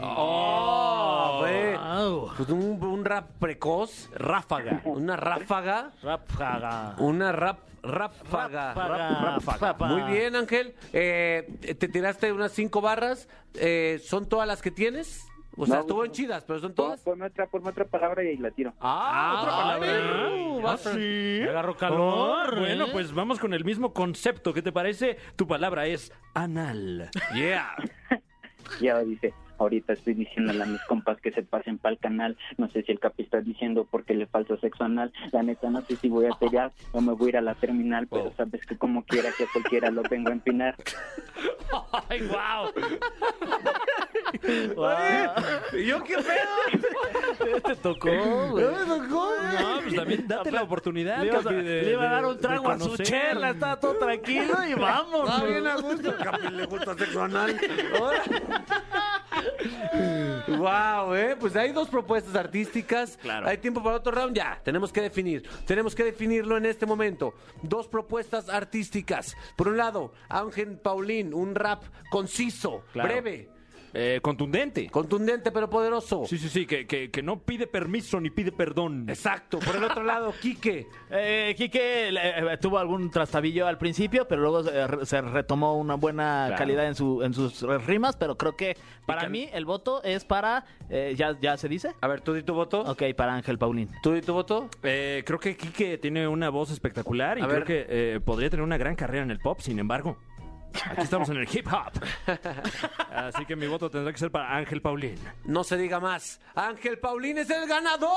¡Oh! güey.
Au.
Pues un, un rap precoz, ráfaga, una ráfaga,
Ráfaga.
una rap, ráfaga.
Ráfaga.
Rap-
Ráfaga.
Muy bien, Ángel. Eh, te tiraste unas cinco barras. Eh, ¿Son todas las que tienes? O sea,
No,
estuvo
no.
en chidas, pero son
Pon-
todas.
Ponme otra, ponme otra palabra y la tiro.
Ah, otra palabra. Uh, vas-
Agarró ¿Eh?
Oh, bueno, pues vamos con el mismo concepto. ¿Qué te parece? Tu palabra es anal.
Yeah.
Y ahora dice, ahorita estoy diciéndole a mis compas que se pasen para el canal. No sé si el capi está diciendo porque le falta sexo anal. La neta, no sé si voy a pegar o me voy a ir a la terminal, pero sabes que como quiera que a cualquiera lo vengo a empinar.
¡Ay, wow!
¿Yo qué pedo?
Te tocó, güey.
No, pues también date la oportunidad.
¿Eh? Le iba, a,
Capi, de-
le iba a
de-
dar un
de
trago a su
conocer.
chela, estaba todo tranquilo y vamos.
Está
güey.
bien a gusto, Capi, le gusta sexo anal. wow, eh. Pues hay dos propuestas artísticas.
Claro.
Hay tiempo para otro round. Ya, tenemos que definir. Tenemos que definirlo en este momento. Dos propuestas artísticas. Por un lado, Ángel Paulín, un rap conciso,
Claro.
breve.
eh, contundente.
Contundente pero poderoso.
Sí, sí, sí, que, que, que no pide permiso ni pide perdón.
Exacto. Por el otro lado, Quique.
Eh, Quique eh, eh, tuvo algún trastabillo al principio, pero luego eh, re- se retomó una buena
Claro.
calidad en, su, en sus rimas, pero creo que para
que-
mí el voto es para, eh, ¿ya, ¿ya se dice?
A ver, tú di tu voto.
Ok, para Ángel Paulín.
Tú di tu voto.
Eh, creo que Quique tiene una voz espectacular y
A
creo
ver.
que eh, podría tener una gran carrera en el pop, sin embargo. Aquí estamos en el hip hop. Así que mi voto tendrá que ser para Ángel Paulín.
No se diga más. Ángel Paulín es el ganador.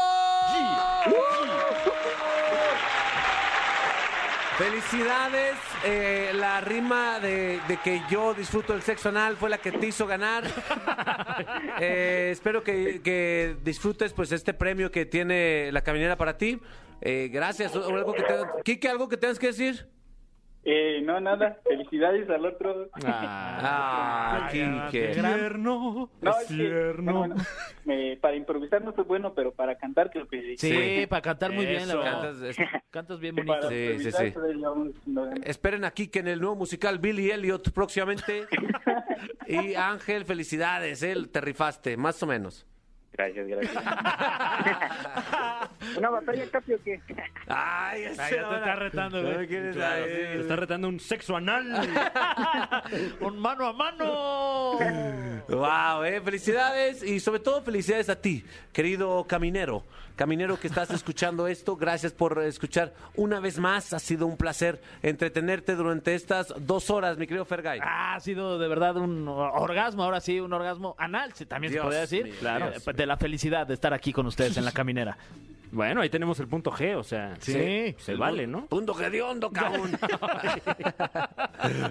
Felicidades. Eh, la rima de, de que yo disfruto el sexo anal fue la que te hizo ganar. Eh, espero que, que disfrutes pues este premio que tiene la caminera para ti. Eh, gracias. ¿O- o algo que te- Quique, ¿algo que tengas que decir?
Eh, no, nada, felicidades al otro.
Ah, Quique.
Tierno,
No,
es
es que,
tierno.
bueno, bueno, me- para improvisar no soy bueno, pero para cantar creo que sí.
Sí, para cantar muy bien, la
Eso.
verdad.
Cantas- es-
Cantas bien bonito.
Para
Sí, sí,
improvisar
sí.
soy un- no,
Esperen aquí que en el nuevo musical Billy Elliot próximamente. y Ángel, felicidades, él te rifaste, más o menos.
Gracias, gracias. ¿Una batalla casi o qué?
Ay,
ya te está retando, güey.
Claro, te está retando un sexo anal.
Un mano a mano.
Wow, eh, felicidades y sobre todo felicidades a ti, querido caminero, caminero que estás escuchando esto. Gracias por escuchar una vez más. Ha sido un placer entretenerte durante estas dos horas, mi querido Fergay.
Ah, ha sido de verdad un orgasmo, ahora sí, un orgasmo anal, si también
Dios
se podría decir.
mío,
Claro. Eh, De la felicidad de estar aquí con ustedes en la caminera.
bueno, ahí tenemos el punto G, o sea,
Sí.
se vale, ¿no?
Punto hediondo, cabrón.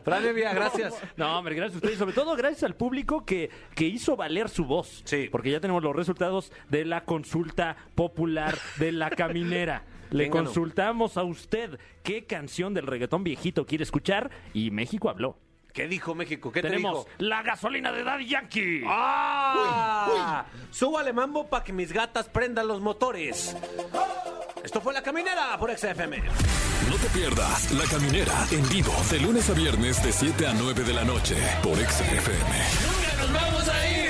Fran Evia, gracias.
No, hombre, gracias a ustedes. Sobre todo gracias al público que, que hizo valer su voz.
Sí.
Porque ya tenemos los resultados de la consulta popular de la caminera. Le
¿Quién ganó?
consultamos a usted qué canción del reggaetón viejito quiere escuchar y México habló.
¿Qué dijo México? ¿Qué
Tenemos
te dijo?
la gasolina de Daddy Yankee.
¡Ah! Súbale mambo para que mis gatas prendan los motores. Esto fue La Caminera por XFM.
No te pierdas La Caminera en vivo de lunes a viernes de 7 a 9 de la noche por Exa FM.
¡Nunca nos vamos a ir!